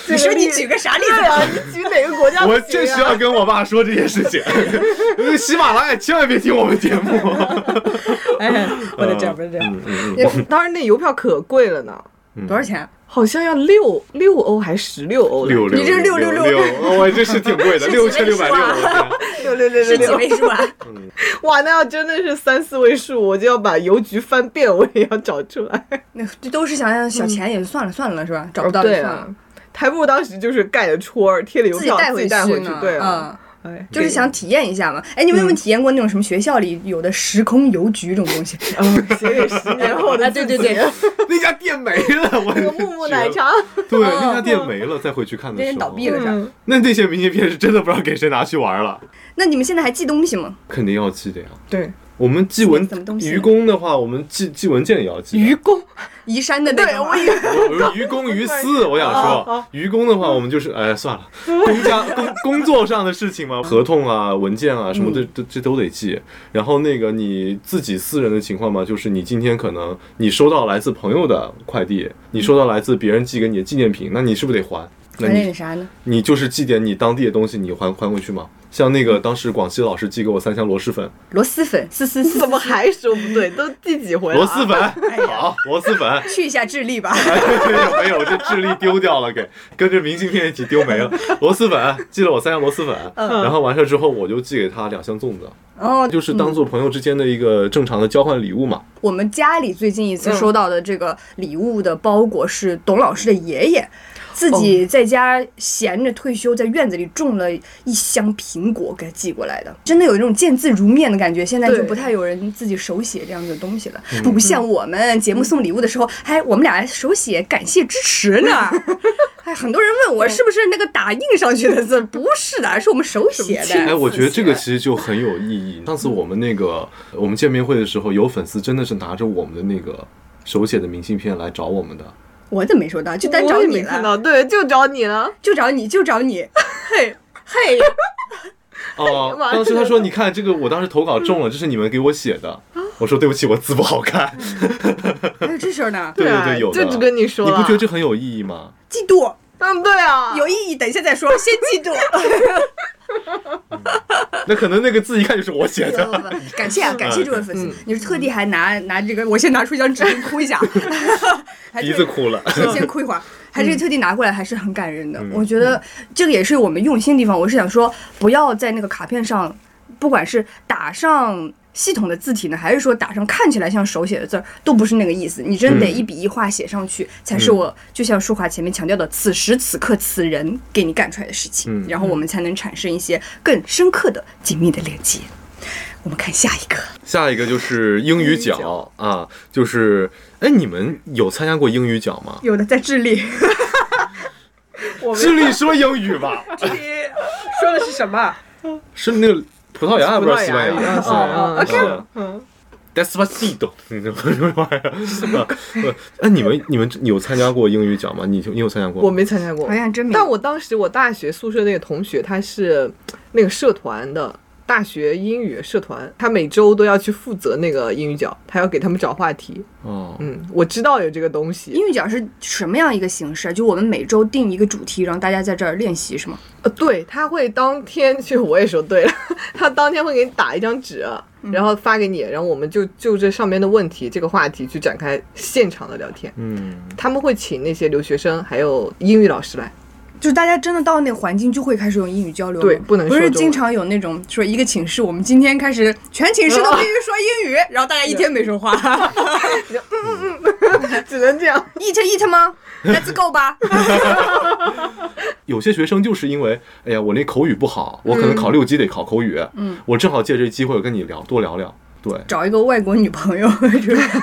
[SPEAKER 3] 你说你举个啥例
[SPEAKER 2] 对
[SPEAKER 3] 子？
[SPEAKER 2] 啊，你举哪个国
[SPEAKER 1] <laughs>
[SPEAKER 2] 家？
[SPEAKER 1] 我正需要。跟我爸说这件事
[SPEAKER 3] <laughs>
[SPEAKER 1] 情，喜马拉雅千万别听我们节目。 <laughs>
[SPEAKER 3] 哎，不能这样，不能这样。
[SPEAKER 1] 嗯嗯
[SPEAKER 2] 也当然，那邮票可贵了呢，
[SPEAKER 1] 嗯，
[SPEAKER 3] 多少钱？啊
[SPEAKER 2] 好像要六六欧还是十六欧来着？
[SPEAKER 1] 六六，
[SPEAKER 3] 你这六六
[SPEAKER 1] 六
[SPEAKER 3] 六
[SPEAKER 1] 六，我这是挺
[SPEAKER 3] <laughs>
[SPEAKER 1] 贵的，六千六百六。
[SPEAKER 2] 六六六
[SPEAKER 3] 是
[SPEAKER 2] 六
[SPEAKER 3] 几
[SPEAKER 2] 六，
[SPEAKER 3] 位数啊？
[SPEAKER 2] 哇，那要真的是三四位数，我就要把邮局翻遍，我也要找出来。
[SPEAKER 3] 那这都是想想小钱也就算了算了是吧？找不到就
[SPEAKER 2] 嗯对
[SPEAKER 3] 算了
[SPEAKER 2] 啊，，还不如当时就是盖的戳儿，贴了邮
[SPEAKER 3] 自己
[SPEAKER 2] 票
[SPEAKER 3] 带
[SPEAKER 2] 自
[SPEAKER 3] 回
[SPEAKER 2] 己带回去
[SPEAKER 3] 呢。。
[SPEAKER 2] 对啊，嗯
[SPEAKER 3] 嗯。
[SPEAKER 2] 哎，
[SPEAKER 3] 就是想体验一下嘛。哎，你们有没有体验过那种什么学校里有的时空邮局这种东
[SPEAKER 2] <laughs>
[SPEAKER 3] 西？
[SPEAKER 2] 啊，写给十年后的
[SPEAKER 3] 啊 <laughs> 对对对，
[SPEAKER 1] 那家店没了，我
[SPEAKER 3] 啊
[SPEAKER 2] 那个
[SPEAKER 3] 嗯
[SPEAKER 2] 木木奶，茶，
[SPEAKER 1] 对，那家店没了，再回去看的时
[SPEAKER 3] 那人
[SPEAKER 1] 候，
[SPEAKER 3] 倒闭
[SPEAKER 2] <laughs>
[SPEAKER 3] 了是吧？
[SPEAKER 2] 嗯
[SPEAKER 1] 那那些明信片是真的不知道给谁拿去玩了，
[SPEAKER 3] 那你们现在还寄东西吗？
[SPEAKER 1] 肯定要寄的呀。
[SPEAKER 2] 对，
[SPEAKER 1] 我们寄文
[SPEAKER 3] 什么东西
[SPEAKER 1] 愚公的话，我们寄寄文件也要寄的。
[SPEAKER 2] 愚公，
[SPEAKER 3] 宜山的那
[SPEAKER 2] 对
[SPEAKER 3] 种啊
[SPEAKER 2] 我
[SPEAKER 3] 吗。
[SPEAKER 2] 以为
[SPEAKER 1] 我我是 <laughs> 愚公于
[SPEAKER 2] <laughs>
[SPEAKER 1] 私，我想
[SPEAKER 2] 哦
[SPEAKER 1] 说
[SPEAKER 2] 哦，
[SPEAKER 1] 愚公的话，我们就是哎算
[SPEAKER 2] <laughs>
[SPEAKER 1] 了，公家工工作上的事情
[SPEAKER 2] 嗯
[SPEAKER 1] 嘛，合同啊、文件啊什么的，这这都得记。然后那个你自己私人的情况嘛，就是你今天可能你收到来自朋友的快递，你收到来自别人寄给你的纪念品，那你是不是得还？那
[SPEAKER 3] 还那
[SPEAKER 2] 哎
[SPEAKER 3] 个
[SPEAKER 1] 你
[SPEAKER 3] 哎啥呢？
[SPEAKER 1] 你就是寄点你当地的东西，你还还回去嘛？像那个当时广西老师寄给我三箱螺蛳粉，
[SPEAKER 3] 螺蛳粉，丝丝丝 <laughs>
[SPEAKER 2] 怎么还说不对？都第几回了
[SPEAKER 1] 螺
[SPEAKER 2] 啊？
[SPEAKER 1] 蛳粉好，螺蛳粉。
[SPEAKER 3] 去一下智利
[SPEAKER 2] <laughs>
[SPEAKER 3] 吧。
[SPEAKER 1] 没有没有，这智力丢掉了，给跟着明信片一起丢没了。螺蛳粉寄了我三箱螺蛳粉，然后完事儿之后我就寄给他两箱粽子，
[SPEAKER 3] 哦，
[SPEAKER 1] 就是当做朋友之间的一个正常的交换礼物嘛。
[SPEAKER 3] 我们家里最近一次
[SPEAKER 2] 嗯
[SPEAKER 3] 收到的这个礼物的包裹是董老师的爷爷。自己在家闲着退休，在院子里种了一箱苹果，给他寄过来的，真的有一种见字如面的感觉。现在就
[SPEAKER 2] 对嗯
[SPEAKER 3] 不太有人自己手写这样的东西了，不像我们节目送礼物的时候，还我们俩还手写感谢支持
[SPEAKER 2] <laughs>
[SPEAKER 3] 呢。哎，很多人问
[SPEAKER 2] 嗯
[SPEAKER 3] 我是不是那个打印上去的字，不是的，是我们手写的。
[SPEAKER 1] 哎，我觉得这个
[SPEAKER 3] 字写
[SPEAKER 1] 其实就很有意义。上次我们那个我们见面会的时候，有粉丝真的是拿着我们的那个手写的明信片来找我们的。
[SPEAKER 3] 我怎么没收到？就单
[SPEAKER 2] 我
[SPEAKER 3] 找
[SPEAKER 2] 也
[SPEAKER 3] 你
[SPEAKER 2] 没
[SPEAKER 3] 了。
[SPEAKER 2] 看到，对，就找你了。
[SPEAKER 3] 就找你，就找
[SPEAKER 2] <laughs>
[SPEAKER 3] 你，嘿，嘿，
[SPEAKER 1] 哦、
[SPEAKER 2] 妈呀
[SPEAKER 1] 当时他说：“你看这个，我当时投稿中了，这是你们给我写的。”我说：“对不起，我字不好看。
[SPEAKER 3] 还有这事儿呢”？
[SPEAKER 1] 对
[SPEAKER 2] 啊
[SPEAKER 1] 对对，有的。
[SPEAKER 2] 就只跟你说啊
[SPEAKER 1] 你
[SPEAKER 2] 了。
[SPEAKER 1] 不觉得这很有意义吗？
[SPEAKER 3] 嫉妒
[SPEAKER 2] 嗯，对啊，
[SPEAKER 3] 有意义，等一下再说，先嫉妒。
[SPEAKER 1] 那可能那个字一看就是我写
[SPEAKER 3] <laughs>
[SPEAKER 1] 的。
[SPEAKER 3] 不不不感谢啊，感谢这位粉丝
[SPEAKER 2] 嗯，
[SPEAKER 3] 你是特地还拿拿这个，我先拿出一张纸巾哭一下，
[SPEAKER 1] 嗯
[SPEAKER 3] 还 <laughs>
[SPEAKER 1] 鼻
[SPEAKER 3] 是
[SPEAKER 1] 子哭了。 <laughs>
[SPEAKER 3] 先先哭一会儿，还是特地拿过来，还是很感人的
[SPEAKER 1] 嗯。
[SPEAKER 3] 我觉得这个也是我们用心的地方。我是想说，不要在那个卡片上，不管是打上。系统的字体呢，还是说打上看起来像手写的字儿，都不是那个意思。你真得
[SPEAKER 1] 嗯
[SPEAKER 3] 一笔一画写上去，才是我就像舒华前面强调的，此时此刻此人给你干出来的事情，
[SPEAKER 1] 嗯
[SPEAKER 3] 然后我们才能产生一些更深刻的、紧密的连接。我们看下一个，
[SPEAKER 1] 下一个就是英语角啊，就是哎，你们有参加过英语角吗？
[SPEAKER 3] 有的在智利，
[SPEAKER 2] 我
[SPEAKER 1] 智
[SPEAKER 2] 们
[SPEAKER 1] 利说英语吧，
[SPEAKER 2] <laughs> 说的是什么？
[SPEAKER 1] <laughs> 是那个葡萄牙还
[SPEAKER 2] 葡
[SPEAKER 1] 不是
[SPEAKER 2] 萄
[SPEAKER 1] 西班
[SPEAKER 2] 牙语
[SPEAKER 1] 牙
[SPEAKER 2] 啊，啊
[SPEAKER 1] 啊
[SPEAKER 2] 啊
[SPEAKER 1] 是
[SPEAKER 2] 嗯，
[SPEAKER 1] ？Despacito，你这什么玩意儿？什么？ <laughs> 哎，你们你们有参加过英语角吗？你你有参加过
[SPEAKER 2] 我
[SPEAKER 1] 吗？
[SPEAKER 2] 没参加过
[SPEAKER 3] 好，像真没有。
[SPEAKER 2] 但我当时我大学宿舍那个同学，他是那个社团的大学英语社团，他每周都要去负责那个英语角，他要给他们找话题。
[SPEAKER 1] 哦，
[SPEAKER 2] 嗯，我知道有这个东西。
[SPEAKER 3] 英语角是什么样一个形式啊？就我们每周定一个主题，让大家在这儿练习，是吗？
[SPEAKER 2] 呃，对，他会当天，其实我也说对了， <laughs> 他当天会给你打一张纸，
[SPEAKER 3] 嗯
[SPEAKER 2] 然后发给你，然后我们就就这上面的问题这个话题去展开现场的聊天。
[SPEAKER 1] 嗯，
[SPEAKER 2] 他们会请那些留学生还有英语老师来， <laughs>
[SPEAKER 3] 就是大家真的到那个环境就会开始用英语交流了，
[SPEAKER 2] 对不能
[SPEAKER 3] 不
[SPEAKER 2] 说
[SPEAKER 3] 是
[SPEAKER 2] 中
[SPEAKER 3] 经
[SPEAKER 2] 文
[SPEAKER 3] 常有那种说一个寝室，我们今天开始全寝室都必
[SPEAKER 2] <laughs>
[SPEAKER 3] 须说英语，然后大家一天没说话
[SPEAKER 2] 只能这样。
[SPEAKER 3] <laughs> ，eat eat 吗？Let's go 吧。 <laughs>
[SPEAKER 1] 有些学生就是因为，哎呀，我那口语不好，我可能考六级得考口语，嗯，我正好借这机会跟你聊，多聊聊。对，
[SPEAKER 3] 找一个外国女朋友，不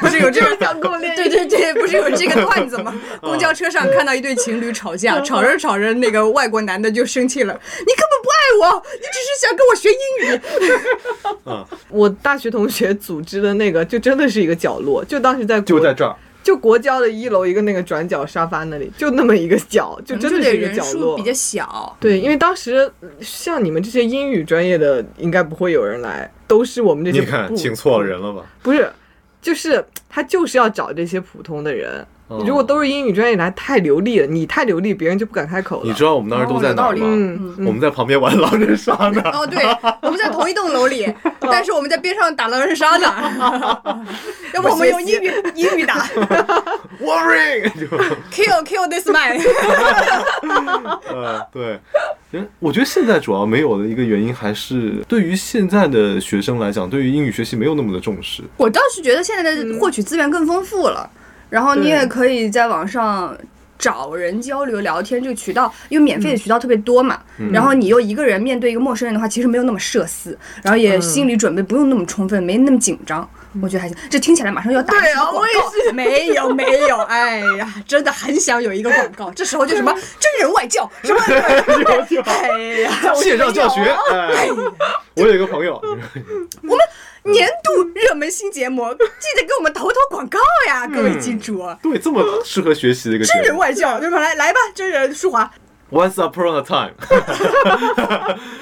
[SPEAKER 3] 是有这个
[SPEAKER 2] 想过恋
[SPEAKER 3] 对对对，不是有这个段子
[SPEAKER 2] <laughs>
[SPEAKER 3] 吗？
[SPEAKER 2] 嗯
[SPEAKER 3] <laughs> 公交车上看到一对情侣吵架，吵着吵着，那个外国男的就生气了：“你根本不爱我，你只是想跟我学英语。
[SPEAKER 2] 我大学同学组织的那个，就真的是一个角落，就当时在国
[SPEAKER 1] 就在这儿，
[SPEAKER 2] 就国交的一楼一个那个转角沙发那里，就那么一个角，”就真的
[SPEAKER 3] 嗯得
[SPEAKER 2] 是一个
[SPEAKER 3] 人
[SPEAKER 2] 角
[SPEAKER 3] 数
[SPEAKER 2] 落
[SPEAKER 3] 比。较小，
[SPEAKER 2] 对，因为当时呃像你们这些英语专业的，应该不会有人来，都是我们这些
[SPEAKER 1] 你看
[SPEAKER 2] 不
[SPEAKER 1] 请错人了吧？
[SPEAKER 2] 不是，就是他就是要找这些普通的人。
[SPEAKER 1] 哦
[SPEAKER 2] 如果都是英语专业来，太流利了，你太流利，别人就不敢开口了。
[SPEAKER 1] 你知道我们当时都在哪
[SPEAKER 3] 哦
[SPEAKER 1] 儿
[SPEAKER 3] 有
[SPEAKER 1] 吗？
[SPEAKER 3] 道理
[SPEAKER 2] 嗯，
[SPEAKER 1] 我们在旁边玩狼人杀呢。
[SPEAKER 3] <laughs> 哦，对，我们在同一栋楼
[SPEAKER 2] <laughs>
[SPEAKER 3] 里，但是我们在边上打狼人杀呢。要不我们用英语英语
[SPEAKER 2] <laughs>
[SPEAKER 3] 打
[SPEAKER 1] Warring 就
[SPEAKER 3] ，kill kill this man。
[SPEAKER 1] 呃对，因为我觉得现在主要没有的一个原因还是对于现在的学生来讲，对于英语学习没有那么的重视。
[SPEAKER 3] 我倒是觉得现在的获取资源更丰富了，然后你也可以在网上。找人交流聊天这个渠道，因为免费的渠道特别多嘛，然后你又一个人面对一个陌生人的话，其实没有那么社死，然后也心理准备不用那么充分，没那么紧张，我觉得还行。这听起来马上又要打
[SPEAKER 2] 对
[SPEAKER 3] 什么
[SPEAKER 2] 啊
[SPEAKER 3] 广告，没有没有，哎呀，真的很想有一个广告，这时候就什 <laughs> 么真人外教，什 <laughs> 么哎呀，
[SPEAKER 1] 线上教学，
[SPEAKER 3] 啊
[SPEAKER 1] 哎，我有一个朋友， <laughs> 嗯
[SPEAKER 3] 年度热门新节目，记得给我们投投广告呀，
[SPEAKER 1] 嗯
[SPEAKER 3] 各位金主。
[SPEAKER 1] 对，这么适合学习的一个
[SPEAKER 3] 真
[SPEAKER 1] 节
[SPEAKER 3] 人
[SPEAKER 1] 目。
[SPEAKER 3] 外教，对吧？来来吧，真人舒华，
[SPEAKER 1] Once upon a time，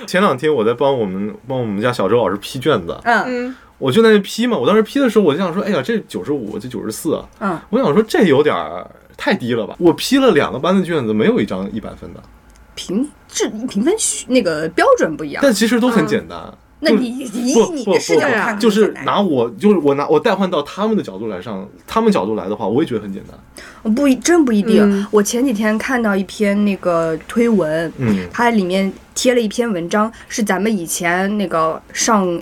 [SPEAKER 1] 前两天我在帮我们帮我们家小周老师批卷子，
[SPEAKER 3] 嗯
[SPEAKER 2] 嗯，
[SPEAKER 1] 我就在那批嘛。我当时批的时候，我就想说，哎呀，这九十五，这九十四，啊
[SPEAKER 3] 嗯，
[SPEAKER 1] 我想说这有点儿太低了吧。我批了两个班的卷子，没有一张一百分的，
[SPEAKER 3] 啊评这评分区那个标准不一样。
[SPEAKER 1] 但其实都很简单。
[SPEAKER 3] 嗯那你你以
[SPEAKER 1] 不
[SPEAKER 3] 你
[SPEAKER 1] 不
[SPEAKER 3] 的视角
[SPEAKER 1] 不
[SPEAKER 2] 啊
[SPEAKER 3] 看，
[SPEAKER 1] 就是
[SPEAKER 3] 很难
[SPEAKER 1] 拿我，就是我拿我代换到他们的角度来上，他们角度来的话，我也觉得很简单。
[SPEAKER 3] 不一真不一定、
[SPEAKER 2] 嗯
[SPEAKER 3] 我前几天看到一篇那个推文，
[SPEAKER 1] 嗯
[SPEAKER 3] 它里面贴了一篇文章，是咱们以前那个上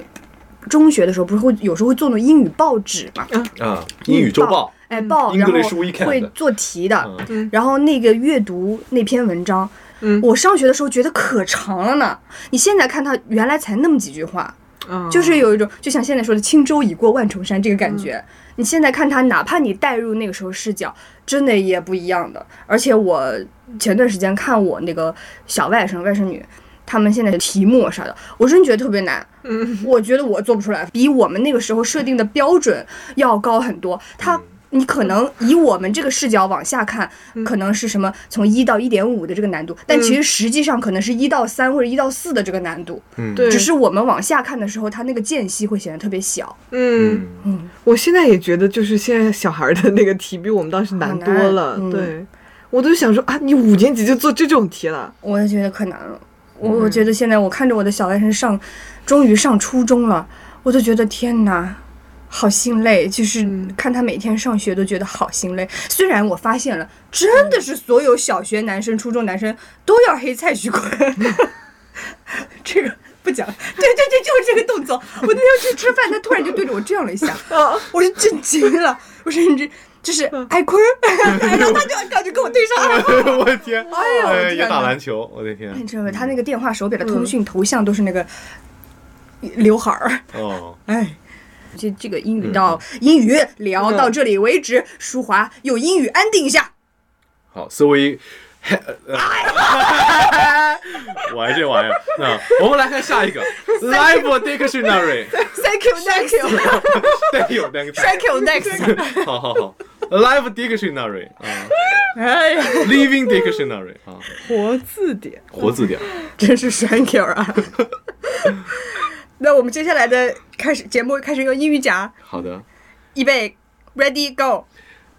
[SPEAKER 3] 中学的时候，不是会有时候会做那种英语报纸嘛？
[SPEAKER 1] 啊，英语周报，
[SPEAKER 3] 哎，报，啊然
[SPEAKER 1] 嗯 English
[SPEAKER 3] 后
[SPEAKER 1] Weekend
[SPEAKER 3] 会做题的。
[SPEAKER 1] 嗯，
[SPEAKER 3] 然后那个阅读那篇文章，
[SPEAKER 2] 嗯
[SPEAKER 3] 我上学的时候觉得可长了呢。你现在看它，原来才那么几句话，
[SPEAKER 2] 啊
[SPEAKER 3] 就是有一种就像现在说的“轻舟已过万重山”这个感觉。你现在看它，哪怕你带入那个时候视角，真的也不一样的。而且我前段时间看我那个小外甥、外甥女。他们现在的题目啥的，我真觉得特别难。
[SPEAKER 2] 嗯，
[SPEAKER 3] 我觉得我做不出来，比我们那个时候设定的标准要高很多。它，你可能以我们这个视角往下看，可能是什么从一到一点五的这个难度，但其实实际上可能是一到三或者一到四的这个难度。
[SPEAKER 1] 嗯
[SPEAKER 2] 对
[SPEAKER 3] 只是我们往下看的时候，它那个间隙会显得特别小。
[SPEAKER 2] 嗯，
[SPEAKER 1] 嗯。 <laughs>
[SPEAKER 2] 我现在也觉得，就是现在小孩儿的那个题比我们当时难多了。
[SPEAKER 3] 好难嗯
[SPEAKER 2] 对，我都想说啊，你五年级就做这种题了，
[SPEAKER 3] 我也觉得可难了。我我觉得现在我看着我的小外甥上，终于上初中了，我都觉得天哪，好心累。就是看他每天上学都觉得好心累。虽然我发现了，真的是所有小学男生、初中男生都要黑蔡徐坤， <laughs> 这个。不讲了，对对对，就是这个动作。我那天去吃饭，他突然就对着我这样了一下，
[SPEAKER 2] 啊，
[SPEAKER 3] 我就震惊了，我甚至就是艾坤儿，然后他就他就跟我对上了。
[SPEAKER 1] 我的天！
[SPEAKER 3] 哎呦我的天
[SPEAKER 1] 也
[SPEAKER 3] 哪
[SPEAKER 1] 打篮球，我的天！
[SPEAKER 3] 你知道吗？他那个电话手表的通讯头像都是那个刘海儿，
[SPEAKER 1] 哦，
[SPEAKER 3] 哎。这这个英语到英语聊到这里为止，舒华用英语安定一下。
[SPEAKER 1] 好，所以，呃
[SPEAKER 3] 哎
[SPEAKER 1] 玩这玩意儿。那我们来看下一
[SPEAKER 3] <laughs>
[SPEAKER 1] 个 Live Dictionary，
[SPEAKER 3] Thank you, thank you,
[SPEAKER 1] 对，有那个词。
[SPEAKER 3] thank you, next。
[SPEAKER 1] <laughs> 好好好，Live Dictionary 啊
[SPEAKER 3] <laughs> 哎呀，
[SPEAKER 1] ，Living Dictionary 啊，
[SPEAKER 2] 活字典。
[SPEAKER 1] 活字典。
[SPEAKER 3] 真是 thank you 啊！ <laughs> 那我们接下来的开始节目开始用英语讲，
[SPEAKER 1] 好的，
[SPEAKER 3] 预备，ready go。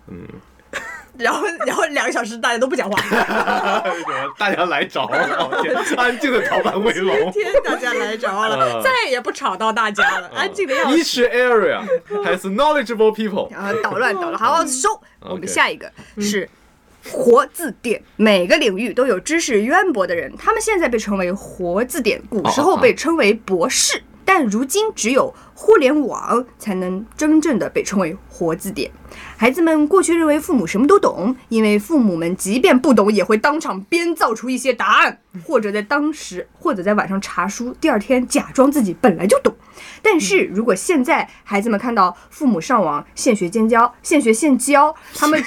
[SPEAKER 1] 嗯，
[SPEAKER 3] <laughs> 然后然后两个小时大家都不
[SPEAKER 1] <laughs>
[SPEAKER 3] 讲话，
[SPEAKER 1] 为什么大家来找我？天，安静的逃班卫龙。
[SPEAKER 3] 天，大家来着了，
[SPEAKER 1] 嗯
[SPEAKER 3] 再也不吵到大家了，安静的要死。
[SPEAKER 1] Each area
[SPEAKER 3] 啊嗯
[SPEAKER 1] has knowledgeable people。
[SPEAKER 3] 然后捣乱捣乱，好好收。
[SPEAKER 1] 嗯
[SPEAKER 3] 我们下一个是活字典，每个领域都有知识渊博的人，他们现在被称为活字典，古时
[SPEAKER 1] 哦
[SPEAKER 3] 候被称为博士，但如今只有互联网才能真正的被称为活字典。孩子们过去认为父母什么都懂，因为父母们即便不懂，也会当场编造出一些答案，或者在当时，或者在晚上查书，第二天假装自己本来就懂。但是如果现在孩子们看到父母上网现学现教、现学现教，他们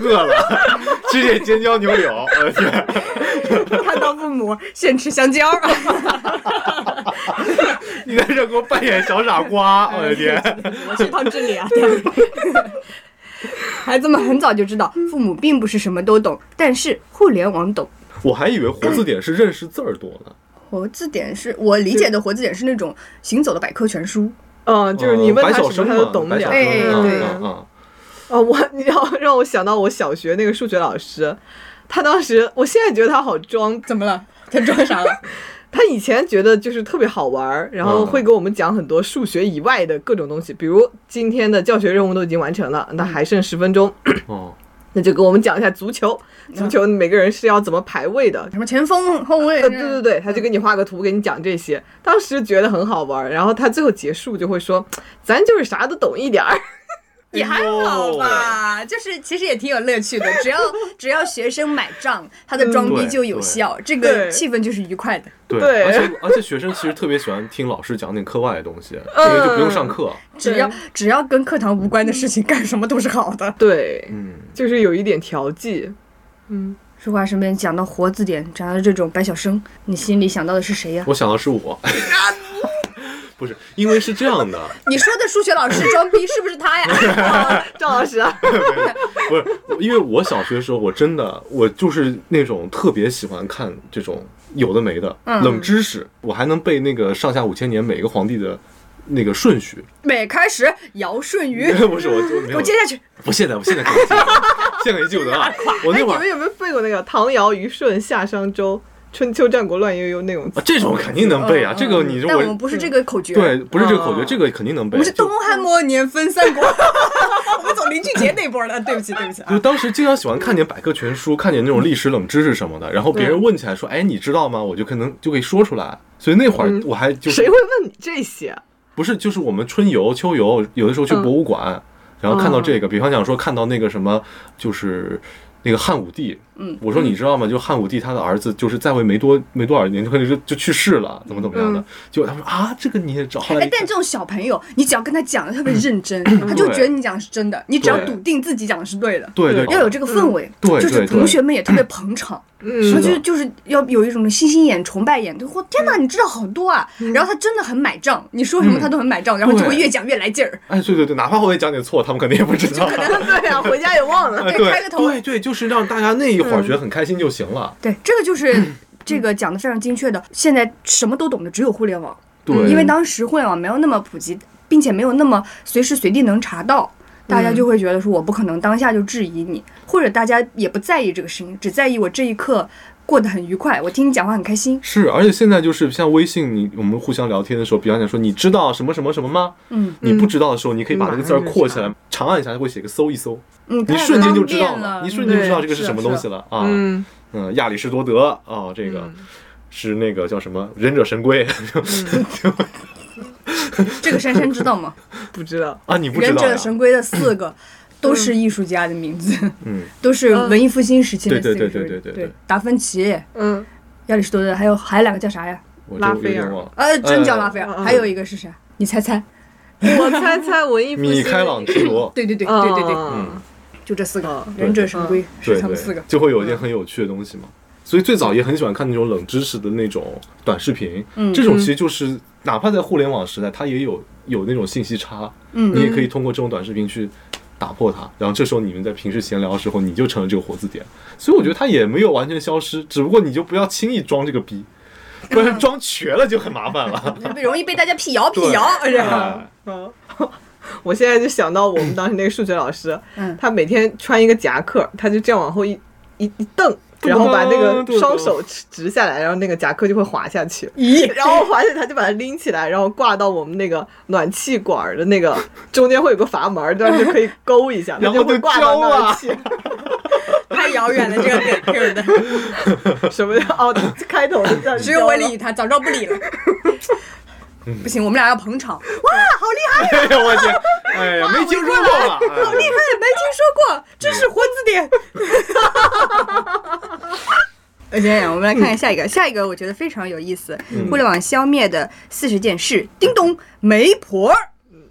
[SPEAKER 1] 饿了，吃点尖椒牛柳。呃我的天，
[SPEAKER 3] 看到父母现吃香蕉，
[SPEAKER 1] 你在这给我扮演小傻瓜，
[SPEAKER 2] 哎
[SPEAKER 1] 呃我的天，
[SPEAKER 4] 我去趟治理啊！
[SPEAKER 3] 孩子们很早就知道父母并不是什么都懂，但是互联网懂。
[SPEAKER 1] 我还以为活字典是认识字儿多呢。
[SPEAKER 3] 活字典是我理解的活字典是那种行走的百科全书，
[SPEAKER 2] 嗯，就是你问
[SPEAKER 1] 哦白
[SPEAKER 2] 他
[SPEAKER 1] 小
[SPEAKER 2] 什
[SPEAKER 1] 生
[SPEAKER 2] 么，
[SPEAKER 1] 嘛
[SPEAKER 2] 他都懂不
[SPEAKER 1] 白
[SPEAKER 2] 了
[SPEAKER 1] 小。
[SPEAKER 3] 哎哎
[SPEAKER 1] 生
[SPEAKER 2] 对
[SPEAKER 1] 嗯嗯嗯
[SPEAKER 2] 哦，我 <laughs> 你要让我想到我小学那个数学老师，他当时，我现在觉得他好装，
[SPEAKER 4] 怎么了？他装啥了？
[SPEAKER 2] 他以前觉得就是特别好玩儿，然后
[SPEAKER 1] 嗯
[SPEAKER 2] 会给我们讲很多数学以外的各种东西，比如今天的教学任务都已经完成了，那还剩十分钟，
[SPEAKER 1] 哦，
[SPEAKER 2] 那就给我们讲一下足球，足球每个人是要怎么排位的。
[SPEAKER 3] <laughs> 什么前锋、后卫，
[SPEAKER 2] 呃，对对对，他就给你画个图，给你讲这些。当时觉得很好玩儿，然后他最后结束就会说：“咱就是啥都懂一点儿。 <laughs>
[SPEAKER 3] 也还好吧，就是其实也挺有乐趣的。只要只要学生买账，他的装逼
[SPEAKER 1] 嗯对
[SPEAKER 3] 就有
[SPEAKER 1] 对
[SPEAKER 3] 效，这个
[SPEAKER 2] 对
[SPEAKER 3] 气氛就是愉快的。
[SPEAKER 1] 对，
[SPEAKER 2] 对
[SPEAKER 1] 而且而且学生其实特别喜欢听老师讲点课外的东西，因为就不用上课。
[SPEAKER 3] 只要只要跟课堂无关的事情，干什么都是好的”。
[SPEAKER 2] 对，
[SPEAKER 1] 嗯，
[SPEAKER 2] 就是有一点调剂。
[SPEAKER 3] 说话顺便讲到活字典，讲到这种白晓生，你心里想到的是谁呀、
[SPEAKER 1] 我想到是我， <laughs> 不是，因为是这样的，
[SPEAKER 3] 你说的数学老师装逼是不是
[SPEAKER 1] <laughs>
[SPEAKER 3] 他呀？
[SPEAKER 2] 赵老师啊，
[SPEAKER 1] 不是，因为我小学的时候，我真的我就是那种特别喜欢看这种有的没的
[SPEAKER 3] 嗯
[SPEAKER 1] 冷知识，我还能背那个上下五千年每个皇帝的那个顺序。
[SPEAKER 3] 每开始尧舜禹，
[SPEAKER 1] <laughs> 不是，我就没有
[SPEAKER 3] 我接下去，
[SPEAKER 1] 不现在，我现在可以记得，现在可以记不得了。我那
[SPEAKER 2] 哎，你
[SPEAKER 1] 会儿
[SPEAKER 2] 们有没有背过那个唐尧、虞舜、夏商周、春秋战国乱悠悠那种词？
[SPEAKER 1] 啊这种肯定能背啊，这个你如
[SPEAKER 3] 嗯但
[SPEAKER 1] 果
[SPEAKER 3] 我们不是这个口诀，
[SPEAKER 1] 对，不是这个口诀，
[SPEAKER 2] 哦
[SPEAKER 1] 这个肯定能
[SPEAKER 3] 我
[SPEAKER 1] 背。
[SPEAKER 3] 们是
[SPEAKER 1] 就
[SPEAKER 3] 东汉末年分三国， <laughs> 我们走林俊杰那波的。对不起，对不起啊
[SPEAKER 1] 就。当时经常喜欢看点百科全书，看点那种历史冷知识什么的，然后别人问起来说：“哎，你知道吗？”我就可能就可以说出来。所以那会
[SPEAKER 3] 嗯
[SPEAKER 1] 儿我还就是
[SPEAKER 2] 谁会问你这些？啊
[SPEAKER 1] 不是就是我们春游、秋游，有的时候
[SPEAKER 3] 嗯
[SPEAKER 1] 去博物馆，然后看到这个，比方讲说看到那个什么，就是那个汉武帝，
[SPEAKER 3] 嗯，
[SPEAKER 1] 我说你知道吗？就汉武帝他的儿子就是在位没多没多少年，就可能就就去世了，怎么怎么样的。结果他们说啊，这个你也找，后来
[SPEAKER 3] 嗯哎
[SPEAKER 1] 一，
[SPEAKER 3] 但
[SPEAKER 1] 看
[SPEAKER 3] 这种小朋友，你只要跟他讲的特别认真，他就觉得你讲的是真的。你只要
[SPEAKER 1] 嗯对
[SPEAKER 3] 笃定自己讲的是对的，
[SPEAKER 1] 对对哦
[SPEAKER 3] 嗯要有这个氛围，
[SPEAKER 1] 对
[SPEAKER 3] 就是
[SPEAKER 1] 对
[SPEAKER 3] 同
[SPEAKER 1] 对嗯
[SPEAKER 3] 学们也特别捧场，
[SPEAKER 1] 是
[SPEAKER 3] 然后
[SPEAKER 1] 的
[SPEAKER 2] 嗯，
[SPEAKER 3] 就就是要有一种星星眼、崇拜眼，就嚯天哪，你知道好多啊！然后他真的很买账，你说什么
[SPEAKER 1] 嗯
[SPEAKER 3] 他都很买账，然后就会
[SPEAKER 1] 对
[SPEAKER 3] 越讲越来劲儿。
[SPEAKER 1] 哎，对对对，哪怕我也讲点错，他们肯定也不知道。
[SPEAKER 2] 对呀、回家也忘
[SPEAKER 1] <laughs>
[SPEAKER 2] 了。
[SPEAKER 1] 哎，
[SPEAKER 3] 对
[SPEAKER 1] 对
[SPEAKER 3] 开个头嗯
[SPEAKER 1] 对对，就是让大家那一会儿觉得很开心就行了。
[SPEAKER 3] 对，这
[SPEAKER 1] <clears throat>
[SPEAKER 3] 个就是这个讲的非常精确的。现在什么都懂的只有互联网，
[SPEAKER 1] 对，
[SPEAKER 3] 嗯因为当时互联网没有那么普及，并且没有那么随时随地能查到，大
[SPEAKER 1] 嗯
[SPEAKER 3] 家就会觉得说我不可能当下就质疑你，或者大家也不在意这个事情，只在意我这一刻过得很愉快，我听你讲话很开心。
[SPEAKER 1] 是，而且现在就是像微信，你我们互相聊天的时候，比方讲说你知道什么什么什么吗？
[SPEAKER 3] 嗯
[SPEAKER 1] 你不知道的时候，你可以把
[SPEAKER 2] 嗯
[SPEAKER 1] 那个字儿扩起来，长按一下，它会写个搜一搜，
[SPEAKER 3] 嗯，
[SPEAKER 1] 你
[SPEAKER 3] 太
[SPEAKER 1] 瞬间就
[SPEAKER 3] 方
[SPEAKER 1] 知
[SPEAKER 3] 便
[SPEAKER 1] 道
[SPEAKER 3] 了
[SPEAKER 1] 了，你瞬间就知道这个
[SPEAKER 3] 对
[SPEAKER 1] 是什么东西了啊。
[SPEAKER 2] 嗯，
[SPEAKER 1] 嗯，亚里士多德啊，这
[SPEAKER 3] 嗯
[SPEAKER 1] 个是那个叫什么《忍者神龟》 <laughs>
[SPEAKER 3] 这个珊珊知道吗？
[SPEAKER 2] 不知道。
[SPEAKER 1] 啊，你 <laughs> 不知
[SPEAKER 3] 忍
[SPEAKER 1] 道
[SPEAKER 3] 者
[SPEAKER 1] 呀？
[SPEAKER 3] 神龟的四个都是艺术家的名字，
[SPEAKER 1] 嗯，
[SPEAKER 3] <laughs> 都是文艺复兴时期的
[SPEAKER 1] 嗯
[SPEAKER 3] 四个
[SPEAKER 1] 对
[SPEAKER 3] 艺术
[SPEAKER 1] 对
[SPEAKER 3] 家
[SPEAKER 1] 对对对对对，
[SPEAKER 3] 达芬奇、
[SPEAKER 2] 嗯，
[SPEAKER 3] 亚里士多德，还有还有两个叫啥呀？
[SPEAKER 1] 我就
[SPEAKER 2] 拉
[SPEAKER 1] 有
[SPEAKER 2] 斐尔
[SPEAKER 1] 点忘了。
[SPEAKER 3] 呃，真叫拉斐
[SPEAKER 2] 嗯
[SPEAKER 3] 尔，
[SPEAKER 2] 嗯
[SPEAKER 3] 还有一个是啥？你猜猜？
[SPEAKER 2] 我猜猜文艺复兴。
[SPEAKER 1] 米开朗基
[SPEAKER 3] <laughs>
[SPEAKER 1] 罗，
[SPEAKER 3] 对对对
[SPEAKER 2] 嗯，
[SPEAKER 3] 对对对，
[SPEAKER 1] 嗯，
[SPEAKER 3] 就这四个
[SPEAKER 2] 嗯，
[SPEAKER 3] 忍者神龟
[SPEAKER 1] 对
[SPEAKER 3] 是他们四
[SPEAKER 1] 对
[SPEAKER 3] 个，。
[SPEAKER 1] 就会有一些很有趣的东西嘛。所以最早也很喜欢看那种冷知识的那种短视频，
[SPEAKER 3] 嗯
[SPEAKER 1] 这种其实就是哪怕在互联网时代，它也有有那种信息差，
[SPEAKER 3] 嗯
[SPEAKER 1] 你也可以通过这种短视频去打破它。然后这时候你们在平时闲聊的时候，你就成了这个活字典。所以我觉得它也没有完全消失，只不过你就不要轻易装这个逼，不然装瘸了就很麻烦
[SPEAKER 3] <laughs>
[SPEAKER 1] 了。
[SPEAKER 3] 被容易被大家辟谣辟
[SPEAKER 1] 对
[SPEAKER 3] 谣，然后
[SPEAKER 1] 哎
[SPEAKER 2] 嗯， <laughs> 我现在就想到我们当时那个数学老师，
[SPEAKER 3] 嗯
[SPEAKER 2] 他每天穿一个夹克，他就这样往后一一一蹬，然后把那个双手直下来，然后那个夹克就会滑下去。
[SPEAKER 3] 咦，
[SPEAKER 2] <laughs> 然后滑下去，他就把它拎起来，然后挂到我们那个暖气管的那个 <laughs> 中间会有个阀门，这样就可以勾一下，它
[SPEAKER 1] 然后
[SPEAKER 2] 就会
[SPEAKER 1] 就
[SPEAKER 2] 挂到
[SPEAKER 1] 胶
[SPEAKER 2] 那
[SPEAKER 1] 啊
[SPEAKER 2] 儿去。
[SPEAKER 4] 太遥远了，
[SPEAKER 3] <laughs>
[SPEAKER 4] 这个给 Q 的，
[SPEAKER 2] <laughs> 什么叫哦？开头
[SPEAKER 3] <laughs>
[SPEAKER 2] 就这样
[SPEAKER 4] 只有我理他，早知道不理了。
[SPEAKER 3] 不行，我们俩要捧场，
[SPEAKER 1] 哎呀，我天，哎呀，没听说过哎吧？
[SPEAKER 3] 好哦厉害，没听说过，这是活字典。 <laughs> 呃，这样，我们来看看下一个，下一个我觉得非常有意思。互联网消灭的四十件事，叮咚，媒婆。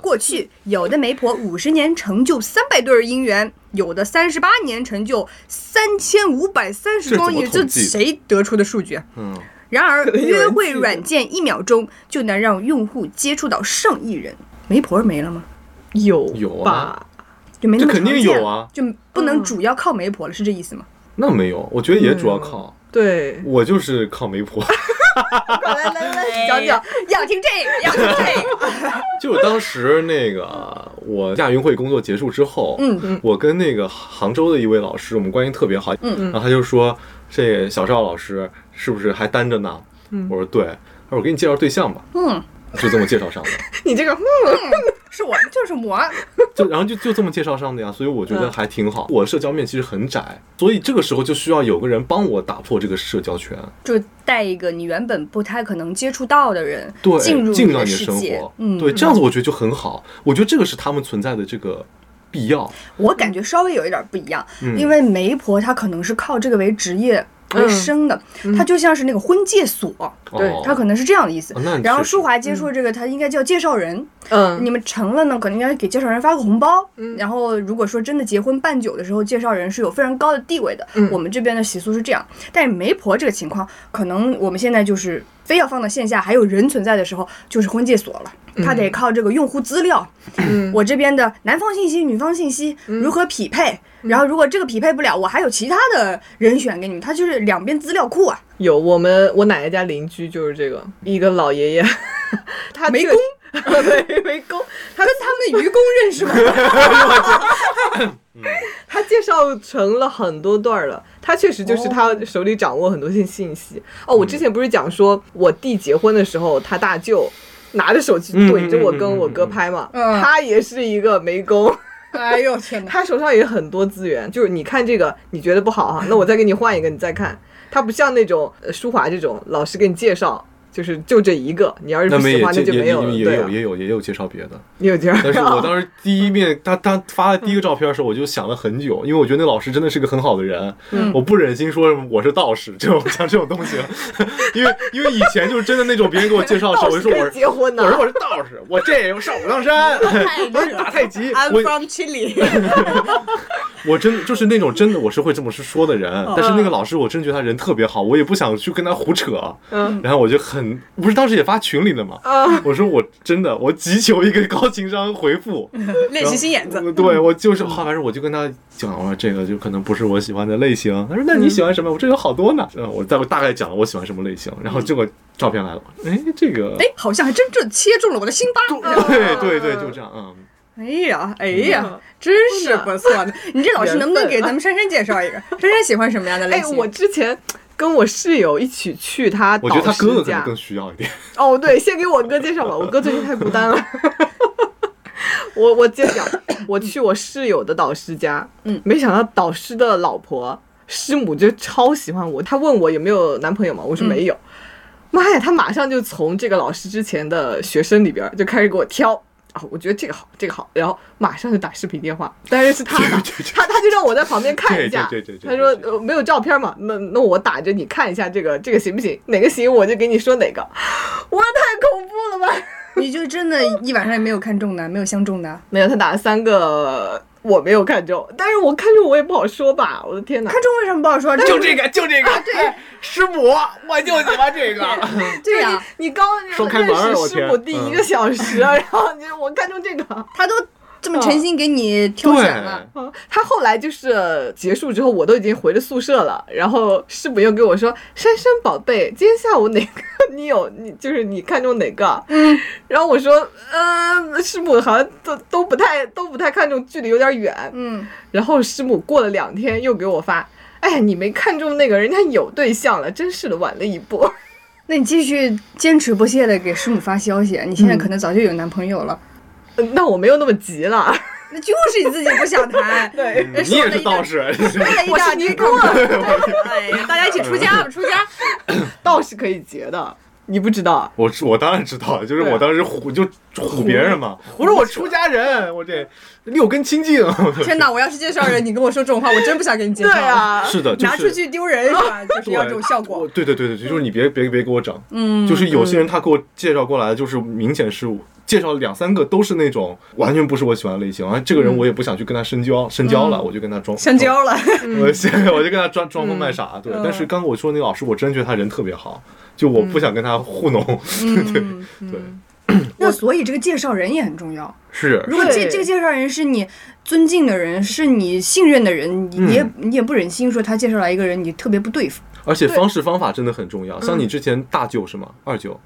[SPEAKER 3] 过去有的媒婆五十年成就三百对儿姻缘，有的三十八年成就三千五百三十桩姻缘，
[SPEAKER 1] 这怎么
[SPEAKER 3] 这
[SPEAKER 1] 统计的
[SPEAKER 3] 谁得出的数据啊？
[SPEAKER 1] 嗯，
[SPEAKER 3] 然而，
[SPEAKER 2] 能有人
[SPEAKER 3] 约会
[SPEAKER 2] 记得
[SPEAKER 3] 软件一秒钟就能让用户接触到上亿人，媒婆没了吗？
[SPEAKER 2] 有
[SPEAKER 1] 有啊
[SPEAKER 2] 吧？
[SPEAKER 3] 就没那么
[SPEAKER 1] 这肯定
[SPEAKER 3] 常见
[SPEAKER 1] 有啊，
[SPEAKER 3] 就不能
[SPEAKER 2] 嗯
[SPEAKER 3] 主要靠媒婆了，是这意思吗？
[SPEAKER 1] 那没有，我觉得也主要靠，
[SPEAKER 3] 嗯
[SPEAKER 2] 对，
[SPEAKER 1] 我就是靠媒婆。
[SPEAKER 3] 来来来
[SPEAKER 4] 讲讲，
[SPEAKER 3] <laughs> 要听这个，要听这个。
[SPEAKER 1] 就我当时那个我亚运会工作结束之后，
[SPEAKER 3] 嗯
[SPEAKER 2] 嗯
[SPEAKER 1] 我跟那个杭州的一位老师，我们关系特别好，
[SPEAKER 3] 嗯
[SPEAKER 2] 嗯
[SPEAKER 1] 然后他就说这小邵老师是不是还单着呢？
[SPEAKER 2] 嗯
[SPEAKER 1] 我说对，他说我给你介绍对象吧，
[SPEAKER 3] <laughs> 嗯，
[SPEAKER 1] 就这么介绍上的，
[SPEAKER 2] 你这个嗯
[SPEAKER 3] 是我，就是我。
[SPEAKER 1] 就然后就就这么介绍上的呀，所以我觉
[SPEAKER 3] 嗯
[SPEAKER 1] 得还挺好。我社交面其实很窄，所以这个时候就需要有个人帮我打破这个社交圈，
[SPEAKER 3] 就带一个你原本不太可能接触到的人
[SPEAKER 1] 对，
[SPEAKER 3] 进
[SPEAKER 1] 进
[SPEAKER 3] 入
[SPEAKER 1] 到
[SPEAKER 3] 的
[SPEAKER 1] 你的
[SPEAKER 3] 世
[SPEAKER 1] 生
[SPEAKER 3] 界
[SPEAKER 1] 活，，
[SPEAKER 3] 嗯，
[SPEAKER 1] 对，这样子我觉得就很好。我觉得这个是他们存在的这个必要，
[SPEAKER 3] 我感觉稍微有一点不一样，
[SPEAKER 1] 嗯
[SPEAKER 3] 因为媒婆她可能是靠这个为职业为生的，
[SPEAKER 1] 嗯
[SPEAKER 3] 她就像是那个婚介所，
[SPEAKER 2] 对
[SPEAKER 1] 哦
[SPEAKER 3] 她可能是这样的意思
[SPEAKER 1] 哦那。你
[SPEAKER 3] 然后
[SPEAKER 1] 确实
[SPEAKER 3] 舒华接触这个，她应该叫介绍人，
[SPEAKER 2] 嗯
[SPEAKER 3] 你们成了呢，可能应该给介绍人发个红包。
[SPEAKER 2] 嗯
[SPEAKER 3] 然后如果说真的结婚办久的时候，介绍人是有非常高的地位的。
[SPEAKER 2] 嗯
[SPEAKER 3] 我们这边的习俗是这样，但是媒婆这个情况，可能我们现在就是非要放到线下还有人存在的时候，就是婚介所了，他得靠这个用户资料，
[SPEAKER 2] 嗯
[SPEAKER 3] 我这边的男方信息、女方信息如何匹配，然后如果这个匹配不了，我还有其他的人选给你们，他就是两边资料库啊。
[SPEAKER 2] 有我们我奶奶家邻居就是这个一个老爷 <laughs> 爷，他
[SPEAKER 3] 没
[SPEAKER 2] 确
[SPEAKER 3] 工，
[SPEAKER 2] <laughs> 对没工，他
[SPEAKER 3] 跟他们的愚公认识吗？
[SPEAKER 2] 他介绍成了很多段儿了，他确实就是他
[SPEAKER 3] 哦
[SPEAKER 2] 手里掌握很多些信息。哦，我之
[SPEAKER 3] 嗯
[SPEAKER 2] 前不是讲说我弟结婚的时候，他大舅拿着手机
[SPEAKER 3] 嗯
[SPEAKER 2] 怼着我跟我哥拍嘛，
[SPEAKER 3] 嗯嗯嗯嗯
[SPEAKER 2] 他也是一个媒工，
[SPEAKER 3] <laughs> 哎呦天哪！
[SPEAKER 2] 他手上也很多资源，就是你看这个你觉得不好哈、那我再给你换一个，你再看。他不像那种呃舒华这种老师给你介绍，就是就这一个，你要是
[SPEAKER 1] 那
[SPEAKER 2] 不
[SPEAKER 1] 没
[SPEAKER 2] 喜欢那
[SPEAKER 1] 也
[SPEAKER 2] 就
[SPEAKER 1] 也
[SPEAKER 2] 没有了，
[SPEAKER 1] 也
[SPEAKER 2] 对、
[SPEAKER 1] 有
[SPEAKER 2] 啊，
[SPEAKER 1] 也有也有介绍别的，
[SPEAKER 2] 你有这样。
[SPEAKER 1] 但是我当时
[SPEAKER 2] <laughs>
[SPEAKER 1] 第一面他他发的第一个照片的时候，我就想了很久，因为我觉得那老师真的是个很好的人，
[SPEAKER 2] 嗯
[SPEAKER 1] 我不忍心说我是道士这种 <laughs> 像这种东西了，因为因为以前就是真的那种别人给我介绍的时候，我就说我
[SPEAKER 2] <laughs> 道士跟
[SPEAKER 1] 是
[SPEAKER 2] 结婚呢
[SPEAKER 1] 我说我是道士，我这我上不上山，我是打太极，我
[SPEAKER 4] Chile，
[SPEAKER 1] 我真的就是那种真的我是会这么是说的人，
[SPEAKER 4] 嗯
[SPEAKER 1] 但是那个老师我真觉得他人特别好，我也不想去跟他胡扯，
[SPEAKER 2] 嗯
[SPEAKER 1] 然后我就很不是当时也发群里了嘛，
[SPEAKER 4] 嗯
[SPEAKER 1] 我说我真的我急求一个高情商回复，
[SPEAKER 4] 练习心眼子。
[SPEAKER 1] 嗯对我就是好，反正我就跟他讲，我说这个就可能不是我喜欢的类型。他说那
[SPEAKER 4] 嗯
[SPEAKER 1] 你喜欢什么？我这有好多呢。嗯，我大我大概讲了我喜欢什么类型，然
[SPEAKER 4] 嗯
[SPEAKER 1] 后结果照片来了，哎，这个，
[SPEAKER 3] 哎，好像还真正切中了我的心巴。
[SPEAKER 1] 对对对，就这样，嗯，
[SPEAKER 3] 哎呀，哎
[SPEAKER 2] 嗯
[SPEAKER 3] 呀，真是不错呢！你这老
[SPEAKER 2] <laughs>
[SPEAKER 3] 师能不能给咱们珊珊介绍一个？珊珊喜欢什么样的类
[SPEAKER 2] 啊哎，
[SPEAKER 3] 型？
[SPEAKER 2] 我之前跟我室友一起去他
[SPEAKER 1] 我觉得他
[SPEAKER 2] 导师
[SPEAKER 1] 哥哥可
[SPEAKER 2] 家
[SPEAKER 1] 能更需要一点。
[SPEAKER 2] 哦，对，先给我哥介绍吧，我哥最近太孤单了。我我接着讲，我去我室友的导师家，
[SPEAKER 3] 嗯
[SPEAKER 2] 没想到导师的老婆师母就超喜欢我，她问我有没有男朋友嘛，我说
[SPEAKER 1] 嗯
[SPEAKER 2] 没有。妈呀，她马上就从这个老师之前的学生里边儿就开始给我挑啊，我觉得这个好，这个好，然后马上就打视频电话，但是是她
[SPEAKER 1] <laughs>
[SPEAKER 2] 打
[SPEAKER 1] 对对对
[SPEAKER 2] 她她就让我在旁边看一下，
[SPEAKER 1] 对对对对对
[SPEAKER 2] 她说
[SPEAKER 1] 对对
[SPEAKER 2] 呃没有照片嘛，那那我打着你看一下这个这个行不行，哪个行我就给你说哪个。我太恐怖了吧！ <laughs>
[SPEAKER 3] 你就真的一晚上也没有看中的，没有相中的，
[SPEAKER 2] 没有，他打了三个，我没有看中，但是我看中我也不好说吧，我的天哪！
[SPEAKER 3] 看中为什么不
[SPEAKER 1] <laughs>
[SPEAKER 3] 好说？就
[SPEAKER 1] 这个，就这个，啊对，师母，我就喜欢这个。
[SPEAKER 3] 对啊呀，
[SPEAKER 2] 你刚认
[SPEAKER 1] 双开门儿我
[SPEAKER 2] 识师
[SPEAKER 1] 天嗯
[SPEAKER 2] 母第一个小时， <laughs> 然后你我看中这个，
[SPEAKER 3] 他都这么诚心给你挑
[SPEAKER 1] 对，
[SPEAKER 3] 选了，
[SPEAKER 2] 嗯 <laughs> 他后来就是结束之后，我都已经回了宿舍了，然后师母又给我说：“珊珊宝贝，今天下午哪个 <laughs> 你有你就是你看中哪个？”嗯，然后我说：“嗯，师母好像都都不太都不太看重，距离有点远。”
[SPEAKER 3] 嗯，
[SPEAKER 2] 然后师母过了两天又给我发，哎，你没看中那个人家有对象了，真是的，晚了一步。 <laughs>
[SPEAKER 3] 那你继续坚持不啊
[SPEAKER 2] 嗯
[SPEAKER 3] 懈的给师母发消息，你现在可能早就有男朋友了。
[SPEAKER 2] 那我没有那么急了，。
[SPEAKER 3] 那就是你自己不想谈
[SPEAKER 2] <laughs> 对，
[SPEAKER 1] 嗯你也是道士，
[SPEAKER 3] 说了一
[SPEAKER 2] 我
[SPEAKER 3] 大
[SPEAKER 2] 是
[SPEAKER 3] 堆
[SPEAKER 2] 尼
[SPEAKER 3] 干
[SPEAKER 2] 姑
[SPEAKER 3] 嘛，哎呀，大家一起出家吧，出家。
[SPEAKER 2] 道是可以结的，你不知道啊？
[SPEAKER 1] 我知我当然知道，就是
[SPEAKER 2] 对啊
[SPEAKER 1] 我当时唬就唬别人嘛，我说我出家人，我这六根清净，
[SPEAKER 3] 天哪，我要是介绍人，你跟我说这种话，我真不想给你介绍。
[SPEAKER 2] 啊
[SPEAKER 1] <laughs> 是的，就是
[SPEAKER 3] 拿出去丢人是吧？就是
[SPEAKER 1] 对
[SPEAKER 3] 要这种效果
[SPEAKER 1] 我。对对对对，就是你别别别给我整，嗯，就是有些人他给我介绍过来，就是明显是介绍两三个都是那种完全不是我喜欢的类型，啊，这
[SPEAKER 3] 嗯
[SPEAKER 1] 个人我也不想去跟他深交，深交了我就跟他装
[SPEAKER 3] 香，蕉嗯了，
[SPEAKER 2] 嗯
[SPEAKER 1] 装我现我就跟他装装疯卖傻，对。但是刚我说那个老师，我真觉得他人特别好，就我
[SPEAKER 2] 嗯
[SPEAKER 1] 不想跟他糊弄， <laughs> 对对
[SPEAKER 3] 那所以这个介绍人也很重要。
[SPEAKER 1] 是
[SPEAKER 3] 如果这
[SPEAKER 2] 对
[SPEAKER 3] 这个介绍人是你尊敬的人，是你信任的人，你
[SPEAKER 2] 嗯
[SPEAKER 3] 也你也不忍心说他介绍来一个人你特别不对付，
[SPEAKER 1] 而且
[SPEAKER 2] 对嗯
[SPEAKER 1] 方式方法真的很重要。像你之前大舅是吗？二舅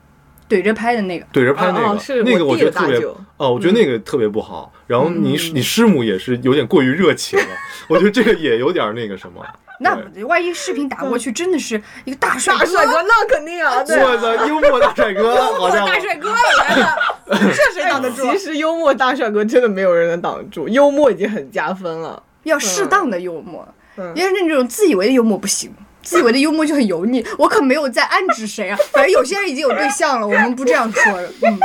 [SPEAKER 3] 怼着拍的那个。
[SPEAKER 1] 怼着拍那
[SPEAKER 2] 哦
[SPEAKER 1] 个，
[SPEAKER 2] 哦是
[SPEAKER 1] 那个
[SPEAKER 2] 我
[SPEAKER 1] 我
[SPEAKER 2] 弟
[SPEAKER 1] 觉
[SPEAKER 2] 的
[SPEAKER 1] 得特别
[SPEAKER 2] 大舅嗯
[SPEAKER 1] 哦，我觉得那个特别不好。然后你你师母也是有点过于热情了，我觉得这个也有点那个什么。
[SPEAKER 3] 那
[SPEAKER 1] 对
[SPEAKER 3] 万一视频打过去，真的是一个大帅
[SPEAKER 2] 大帅哥那肯定啊， <laughs> 对啊。
[SPEAKER 1] 我操，幽默大帅哥，好家伙！
[SPEAKER 3] 哥来了，这谁挡得住？
[SPEAKER 2] 哎其实幽默大帅哥真的没有人能挡住，幽默已经很加分了。
[SPEAKER 3] 要适当的幽默，
[SPEAKER 2] 嗯
[SPEAKER 3] 因为那种自以为的幽默不行。自以为的幽默就很油腻， <laughs> 我可没有在暗指
[SPEAKER 2] <laughs>
[SPEAKER 3] 谁啊。反正有些人已经有对象了，我们不这样说的。嗯，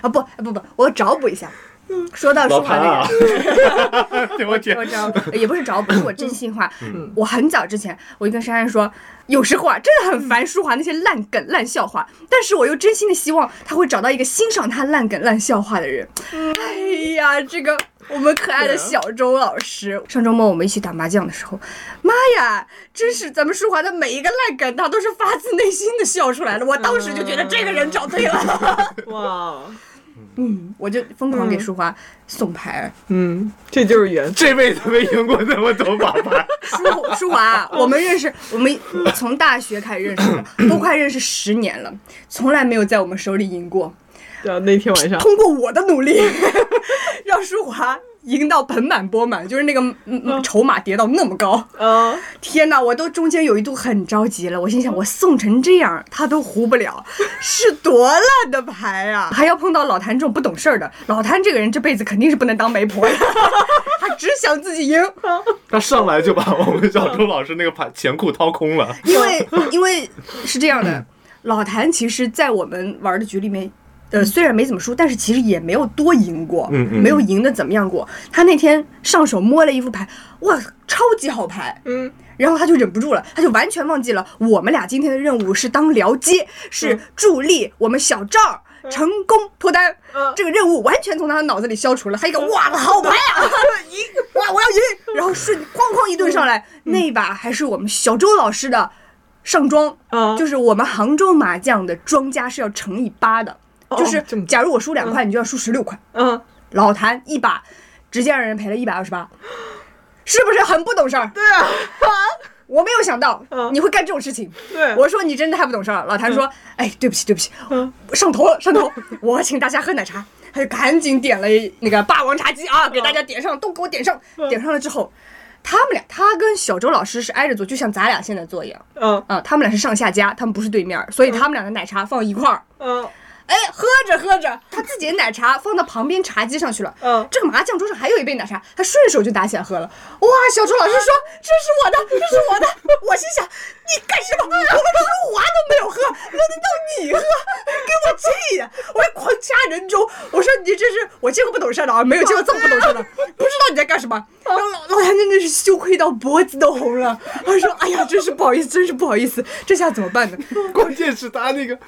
[SPEAKER 3] 啊不不不，我找补一下。
[SPEAKER 2] 嗯
[SPEAKER 3] 说到
[SPEAKER 1] 老
[SPEAKER 3] 舒华
[SPEAKER 1] 潘
[SPEAKER 3] 那个，
[SPEAKER 1] 啊， <laughs> 对我天
[SPEAKER 3] 我，知道，也不是找补，是我真心话。我很早之前，我就跟珊珊说，有时候啊，真的很烦舒华那些烂梗、烂笑话，但是我又真心的希望他会找到一个欣赏他烂梗、烂笑话的人。哎呀，这个我们可爱的小周老师，上周末我们一起打麻将的时候，妈呀，真是咱们舒华的每一个烂梗，他都是发自内心的笑出来的。我当时就觉得这个人找对了，
[SPEAKER 2] 哇，
[SPEAKER 3] 哦嗯， <laughs> 我就疯狂给舒华送牌儿。
[SPEAKER 2] 嗯，这就是缘。
[SPEAKER 1] 这辈子没赢过那么多把牌，
[SPEAKER 3] 舒舒华， <laughs> 我们认识，我们从大学开始认识的，都快认识十年了，从来没有在我们手里赢过。
[SPEAKER 2] 对啊，那天
[SPEAKER 3] <laughs>
[SPEAKER 2] 晚上，
[SPEAKER 3] 通过我的努力，让舒华赢到盆满钵满，就是那个嗯嗯筹码跌到那么高。
[SPEAKER 2] 嗯，
[SPEAKER 3] 天哪，我都中间有一度很着急了，我心想我送成这样，他都胡不了，是多烂的牌啊！还要碰到老谭这种不懂事儿的，老谭这个人这辈子肯定是不能当媒婆的， <laughs> 他只想自己赢。
[SPEAKER 1] 他上来 <laughs> 就把我们小周老师那个 <laughs> 牌钱库掏空 <laughs> 了。
[SPEAKER 3] 因为因为是这样
[SPEAKER 1] 嗯
[SPEAKER 3] 的，老谭其实，在我们玩的局里面。呃，虽然没怎么输，但是其实也没有多赢过，
[SPEAKER 1] 嗯嗯
[SPEAKER 3] 没有赢的怎么样过。他那天上手摸了一副牌，哇，超级好牌，
[SPEAKER 2] 嗯，
[SPEAKER 3] 然后他就忍不住了，他就完全忘记了我们俩今天的任务是当僚机，
[SPEAKER 1] 嗯
[SPEAKER 3] 是助力我们小赵成功脱单，
[SPEAKER 2] 嗯
[SPEAKER 3] 这个任务完全从他脑子里消除了。他一个
[SPEAKER 1] 嗯
[SPEAKER 3] 哇，好牌啊，赢哇，我要赢，然后瞬哐哐一顿上来，
[SPEAKER 2] 嗯
[SPEAKER 3] 那一把还是我们小周老师的上庄，
[SPEAKER 2] 啊
[SPEAKER 3] 就是我们杭州麻将的庄家是要乘以八的，
[SPEAKER 2] 哦
[SPEAKER 3] 就是
[SPEAKER 2] 这么多
[SPEAKER 3] 假如我输两块，你就要输十六块。
[SPEAKER 2] 嗯，
[SPEAKER 3] 老谭一把，直接让人赔了一百二十八，是不是很不懂事儿？对啊，我没有想到
[SPEAKER 2] 嗯
[SPEAKER 3] 你会干这种事情。
[SPEAKER 2] 对
[SPEAKER 3] <laughs> 我说你真的太不懂事儿了。老谭说，哎，对不起，对不起，
[SPEAKER 2] 嗯
[SPEAKER 3] 我上头了，上头，我请大家喝奶茶。他就赶紧点了那个霸王茶姬啊，给大家点上，都给我点上。点上了之后，他们俩，他跟小周老师是挨着坐，就像咱俩现在坐一样
[SPEAKER 2] 嗯
[SPEAKER 3] 啊。他们俩是上下家，他们不是对面儿，所以他们俩的奶茶放一块儿。
[SPEAKER 2] 嗯
[SPEAKER 3] 哎，喝着喝着，他自己的奶茶放到旁边茶几上去了。
[SPEAKER 2] 嗯
[SPEAKER 3] 这个麻将桌上还有一杯奶茶，他顺手就打起来喝了。哇，小周老师说：“这是我的，这是我的。”我心想：“你干什么？我们舒华都没有喝，轮得到你喝？给我气的！”我还狂掐人中，我说：“你这是我见过不懂事儿的啊，没有见过这么不懂事儿的，不知道你在干什么。”然后老老谭真的是羞愧到脖子都红了，他说：“哎呀，真是不好意思，真是不好意思，这下怎么办呢？”
[SPEAKER 1] 关键是他那个，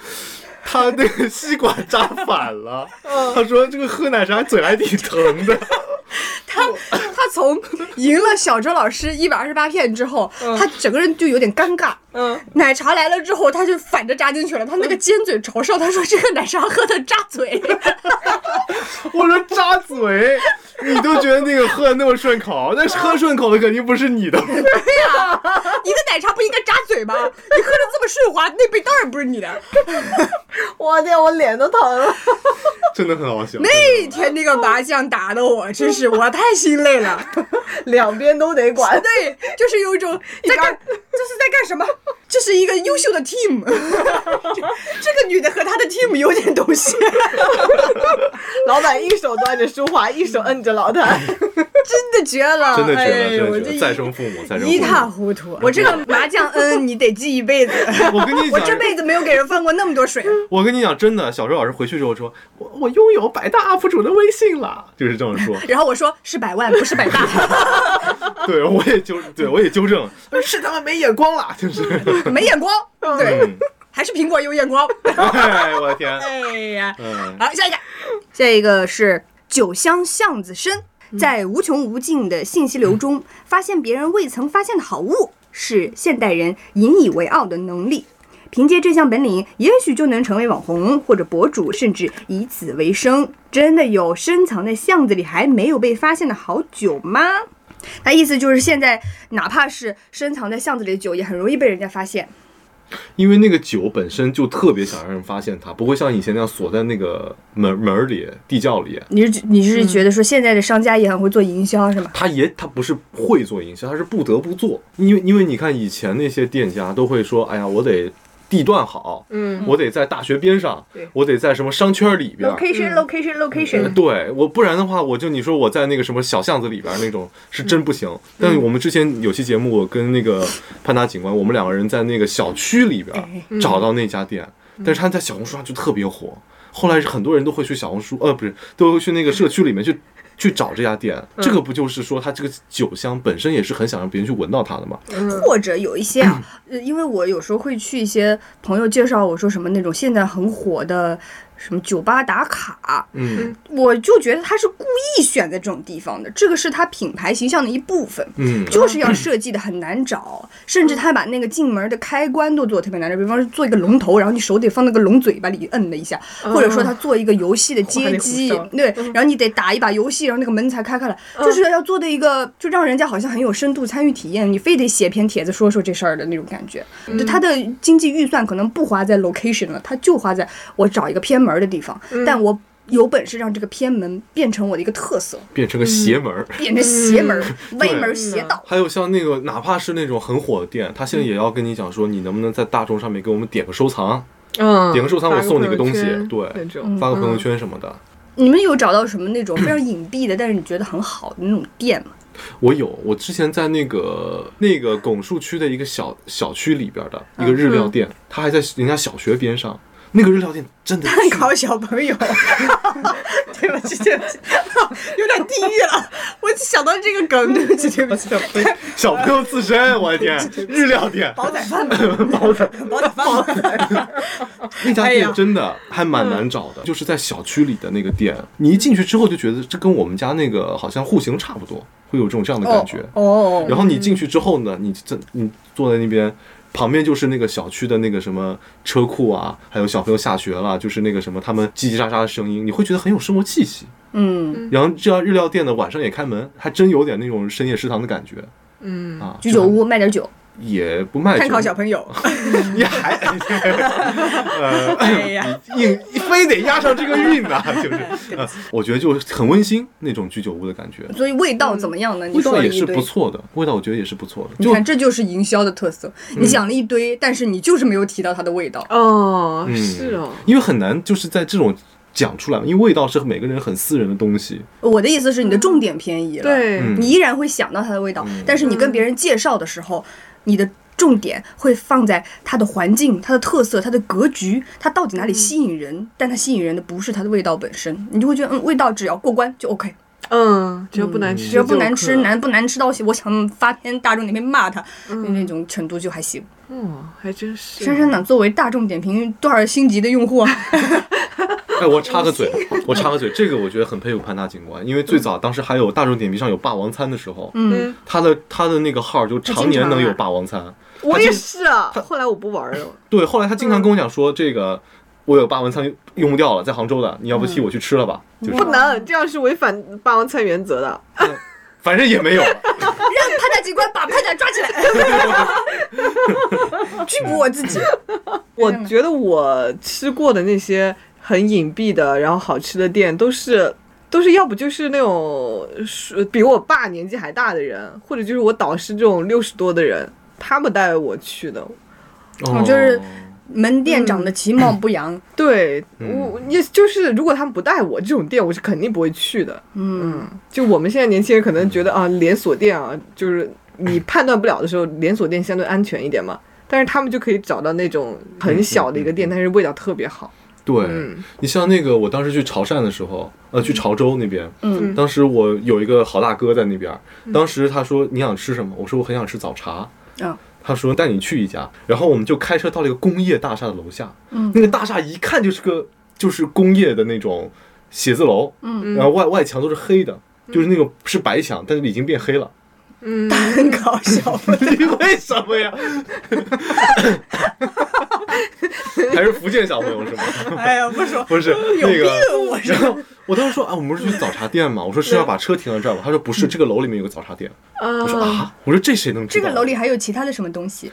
[SPEAKER 1] 他那个吸管扎反 <laughs> 了。他说这个喝奶茶嘴还挺疼的。 <laughs>
[SPEAKER 3] 他他从赢了小周老师一百二十八片之后，他整个人就有点尴尬。
[SPEAKER 2] 嗯，
[SPEAKER 3] 奶茶来了之后，他就反着扎进去了，他那个尖嘴朝上，他说这个奶茶喝的扎嘴。 <laughs>
[SPEAKER 1] 我说扎嘴，你都觉得那个喝的那么顺口，但是喝顺口的肯定不是 <laughs> 你的。
[SPEAKER 3] 对呀、啊一个奶茶不应该扎嘴吗？你喝的这么顺滑，那杯当然不是你的。 <laughs>
[SPEAKER 2] 我天，我脸都疼了。
[SPEAKER 1] 真的很好笑。
[SPEAKER 3] 那天那个麻将打的我真是我太心累了，
[SPEAKER 2] 两边都得管。
[SPEAKER 3] 对，就是有一种在干，这是在干什么？这是一个优秀的 team，这 <laughs> 这个女的和她的 team 有点东西， <laughs>
[SPEAKER 2] 老板一手端着舒华，一手
[SPEAKER 3] 嗯
[SPEAKER 2] 摁着老谭。
[SPEAKER 3] 真的绝了，
[SPEAKER 1] 真的觉
[SPEAKER 3] 哎
[SPEAKER 1] 得，真
[SPEAKER 3] 我
[SPEAKER 1] 的
[SPEAKER 3] 这
[SPEAKER 1] 觉
[SPEAKER 3] 一
[SPEAKER 1] 得再生父母，再生
[SPEAKER 3] 一塌
[SPEAKER 1] 父母。
[SPEAKER 3] 糊涂。我这个麻将恩你得记一辈子，
[SPEAKER 1] <laughs> 我跟你
[SPEAKER 3] 我这
[SPEAKER 1] 讲，
[SPEAKER 3] 辈子没有给人放过那么多水。
[SPEAKER 1] 我跟你讲，真的，小周老师回去之后说，我我拥有百大 UP 主的微信了，就是这么 <laughs> 说。
[SPEAKER 3] 然后我说是百万，不是
[SPEAKER 1] <laughs>
[SPEAKER 3] 百大，
[SPEAKER 1] 对，我也纠，对我也纠正， <laughs> 是他们没眼光啦，就是。
[SPEAKER 3] 没眼光，对，
[SPEAKER 1] <laughs> 嗯，
[SPEAKER 3] 还是苹果有眼光。
[SPEAKER 1] 哎， <laughs> 我的天，
[SPEAKER 3] 哎呀，
[SPEAKER 1] 嗯，
[SPEAKER 3] 好，下一个，下一个是酒香巷子深，在无穷无尽的信息流中，发现别人未曾发现的好物，是现代人引以为傲的能力。凭借这项本领，也许就能成为网红或者博主，甚至以此为生。真的有深藏在巷子里还没有被发现的好酒吗？那意思就是，现在哪怕是深藏在巷子里的酒，也很容易被人家发现。
[SPEAKER 1] 因为那个酒本身就特别想让人发现它，不会像以前那样锁在那个门门儿里、地窖里。
[SPEAKER 3] 你是你是觉得说现在的商家也很会做营销是吗？
[SPEAKER 1] 他也他不是会做营销，他是不得不做，因为因为你看以前那些店家都会说，哎呀，我得地段好，
[SPEAKER 2] 嗯，
[SPEAKER 1] 我得在大学边上
[SPEAKER 2] 对，
[SPEAKER 1] 我得在什么商圈里边儿。
[SPEAKER 3] location location location，、
[SPEAKER 1] 呃对我，不然的话，我就你说我在那个什么小巷子里边儿那种是真不行。但是我们之前有期节目，我跟那个潘达警官，我们两个人在那个小区里边儿找到那家店，但是他在小红书上就特别火。后来是很多人都会去小红书，呃，不是，都会去那个社区里面去去找这家店。这个不就是说，他这个酒香本身也是很想让别人去闻到它的嘛？
[SPEAKER 3] 或者有一些啊，呃因为我有时候会去一些朋友介绍我说什么那种现在很火的什么酒吧打卡，
[SPEAKER 1] 嗯
[SPEAKER 3] 我就觉得他是故意选在这种地方的，这个是他品牌形象的一部分。
[SPEAKER 1] 嗯，
[SPEAKER 3] 就是要设计的很难找，甚至他把那个进门的开关都做得特别难找，比方说做一个龙头，然后你手得放那个龙嘴巴里摁了一下，或者说他做一个游戏的街机
[SPEAKER 2] 花里，
[SPEAKER 3] 对，然后你得打一把游戏，然后那个门才开开来，就是要做的一个就让人家好像很有深度参与体验，你非得写篇帖子说说这事儿的那种感觉。就他的经济预算可能不花在 location 了，他就花在我找一个偏门的地方，但我。有本事让这个偏门变成我的一个特色，
[SPEAKER 1] 变成个邪门儿。
[SPEAKER 3] 变成邪门、歪门、邪道。
[SPEAKER 1] 还有像那个，哪怕是那种很火的店，他现在也要跟你讲说，你能不能在大众上面给我们点个收藏，
[SPEAKER 2] 嗯
[SPEAKER 1] 点个收藏我送你个东西
[SPEAKER 2] 发朋友圈
[SPEAKER 1] 对嗯
[SPEAKER 2] 那
[SPEAKER 3] <laughs>
[SPEAKER 2] 种
[SPEAKER 1] 发个朋友圈什么的。
[SPEAKER 3] 你们有找到什么那种非常隐蔽的，但是你觉得很好的那种店吗？
[SPEAKER 1] 我有，我之前在那个那个拱墅区的一个小小区里边的
[SPEAKER 2] 嗯
[SPEAKER 1] 一个日料店，它还在人家小学边上。那个日料店真
[SPEAKER 2] <laughs>
[SPEAKER 1] 的巨
[SPEAKER 3] 烤小朋友， <laughs> 对不起，对不起， <laughs> 有点地狱了。我想到这个梗，对不起，对不起，
[SPEAKER 1] 小朋友自身，我的
[SPEAKER 2] <laughs>
[SPEAKER 1] 天，日料
[SPEAKER 2] 哎
[SPEAKER 1] 店
[SPEAKER 3] 煲仔饭吧，煲仔饭，煲仔饭。
[SPEAKER 1] 那家
[SPEAKER 3] 哎呀
[SPEAKER 1] 店真的还蛮难找
[SPEAKER 2] 嗯
[SPEAKER 1] 的，就是在小区里的那个店，你一进去之后就觉得这跟我们家那个好像户型差不多，会有这种这样的感觉。
[SPEAKER 3] 哦，
[SPEAKER 1] 然后你进去之后呢，你这你坐在那边，旁边就是那个小区的那个什么车库啊，还有小朋友下学了，就是那个什么他们叽叽喳喳的声音，你会觉得很有生活气息。
[SPEAKER 3] 嗯，
[SPEAKER 1] 然后这样日料店呢，晚上也开门，还真有点那种深夜食堂的感觉
[SPEAKER 2] 嗯，
[SPEAKER 1] 啊。
[SPEAKER 3] 居酒屋卖点酒，
[SPEAKER 1] 也不卖
[SPEAKER 4] 碳
[SPEAKER 1] 酒
[SPEAKER 4] 烤，小朋友，
[SPEAKER 1] 你 <laughs> 还
[SPEAKER 3] <laughs>
[SPEAKER 1] 呃
[SPEAKER 4] 哎呀，
[SPEAKER 1] <laughs> 硬非得押上这个韵呢、
[SPEAKER 3] <laughs>
[SPEAKER 1] 就是、呃我觉得就很温馨那种居酒屋的感觉，
[SPEAKER 3] 所以味道怎么样呢？你
[SPEAKER 1] 味
[SPEAKER 3] 说
[SPEAKER 1] 道
[SPEAKER 3] 了
[SPEAKER 1] 也
[SPEAKER 3] 一
[SPEAKER 1] 是
[SPEAKER 3] 堆
[SPEAKER 1] 不。错的，味道我觉得也是不错的。
[SPEAKER 3] 你
[SPEAKER 1] 就嗯
[SPEAKER 3] 看，这就是营销的特色。你讲了一堆，但是你就是没有提到它的味道。
[SPEAKER 2] 哦，
[SPEAKER 1] 嗯
[SPEAKER 2] 是哦，
[SPEAKER 1] 因为很难就是在这种讲出来，因为味道是每个人很私人的东西。
[SPEAKER 3] 我的意思是，你的重点偏移了。
[SPEAKER 2] 对，
[SPEAKER 1] 嗯
[SPEAKER 3] 你依然会想到它的味道，但是你跟别人介绍的时候，你的重点会放在它的环境、它的特色、它的格局，它到底哪里吸引人？但它吸引人的不是它的味道本身，你就会觉得，嗯，味道只要过关就 OK，
[SPEAKER 2] 嗯，只要不难吃，
[SPEAKER 3] 只要不难吃，
[SPEAKER 2] 难。
[SPEAKER 3] 难不难吃到我想发篇大众点评骂它，
[SPEAKER 1] 嗯
[SPEAKER 3] 那种程度就还行。
[SPEAKER 2] 哦，还真是。
[SPEAKER 3] 珊珊呢，作为大众点评多少星级的用
[SPEAKER 1] <laughs>
[SPEAKER 3] 户啊，
[SPEAKER 1] 哎，我插个嘴，我插个嘴，这个我觉得很佩服潘大警官，因为最早当时还有大众点评上有霸王餐的时候，
[SPEAKER 2] 嗯，
[SPEAKER 1] 他的他的那个号就常年能有霸王餐。
[SPEAKER 2] 我
[SPEAKER 1] 他
[SPEAKER 2] 也
[SPEAKER 1] 经
[SPEAKER 2] 是啊。后来我不玩了。
[SPEAKER 1] 对，后来他经常跟我讲说，这个我有霸王餐用不掉了，在杭州的，你要不替我去吃了吧？就是
[SPEAKER 2] 不能，这样是违反霸王餐原则的。
[SPEAKER 1] 反正也没有了。
[SPEAKER 3] 让潘大警官把潘展抓起来，
[SPEAKER 1] <laughs>
[SPEAKER 3] 拘捕我自己。
[SPEAKER 2] 我觉得我吃过的那些很隐蔽的，然后好吃的店都是。都是要不就是那种是比我爸年纪还大的人，或者就是我导师这种六十多的人，他们带我去的。
[SPEAKER 1] 哦
[SPEAKER 3] 就是门店长得其貌不扬，
[SPEAKER 2] 对、
[SPEAKER 1] 嗯
[SPEAKER 2] 我，也就是如果他们不带我，这种店我是肯定不会去的。
[SPEAKER 3] 嗯，
[SPEAKER 2] 就我们现在年轻人可能觉
[SPEAKER 1] 嗯
[SPEAKER 2] 得啊，连锁店啊，就是你判断不了的时候，连锁店相对安全一点嘛。但是他们就可以找到那种很小的一个
[SPEAKER 1] 嗯
[SPEAKER 2] 店，但是味道特别好。
[SPEAKER 1] 对、
[SPEAKER 2] 嗯
[SPEAKER 1] 你像那个，我当时去潮汕的时候，呃，去潮州那边，
[SPEAKER 3] 嗯
[SPEAKER 1] 当时我有一个好大哥在那边，
[SPEAKER 2] 嗯
[SPEAKER 1] 当时他说你想吃什么？我说我很想吃早茶。
[SPEAKER 3] 嗯
[SPEAKER 1] 他说带你去一家，然后我们就开车到了一个工业大厦的楼下，
[SPEAKER 2] 嗯
[SPEAKER 1] 那个大厦一看就是个就是工业的那种写字楼，
[SPEAKER 2] 嗯
[SPEAKER 1] 然后外外墙都是黑的，就是那种是白墙，但是已经变黑
[SPEAKER 2] <laughs>
[SPEAKER 1] 了。
[SPEAKER 2] 嗯，
[SPEAKER 3] 很搞
[SPEAKER 1] <laughs>
[SPEAKER 3] 笑。
[SPEAKER 1] 你为什么呀？ <laughs> 还是福建小朋友是吗？
[SPEAKER 4] 哎呀，不说，
[SPEAKER 1] <laughs> 不是那个，
[SPEAKER 4] 我是
[SPEAKER 1] 然后我当时说啊，我们是去早茶店嘛，我说是要把车停到这儿吧。他说不是，这个楼里面有个早茶店。我说
[SPEAKER 2] 啊，
[SPEAKER 1] 啊，我说这谁能知
[SPEAKER 3] 这
[SPEAKER 1] 道？
[SPEAKER 3] 个楼里还有其他的什么东西？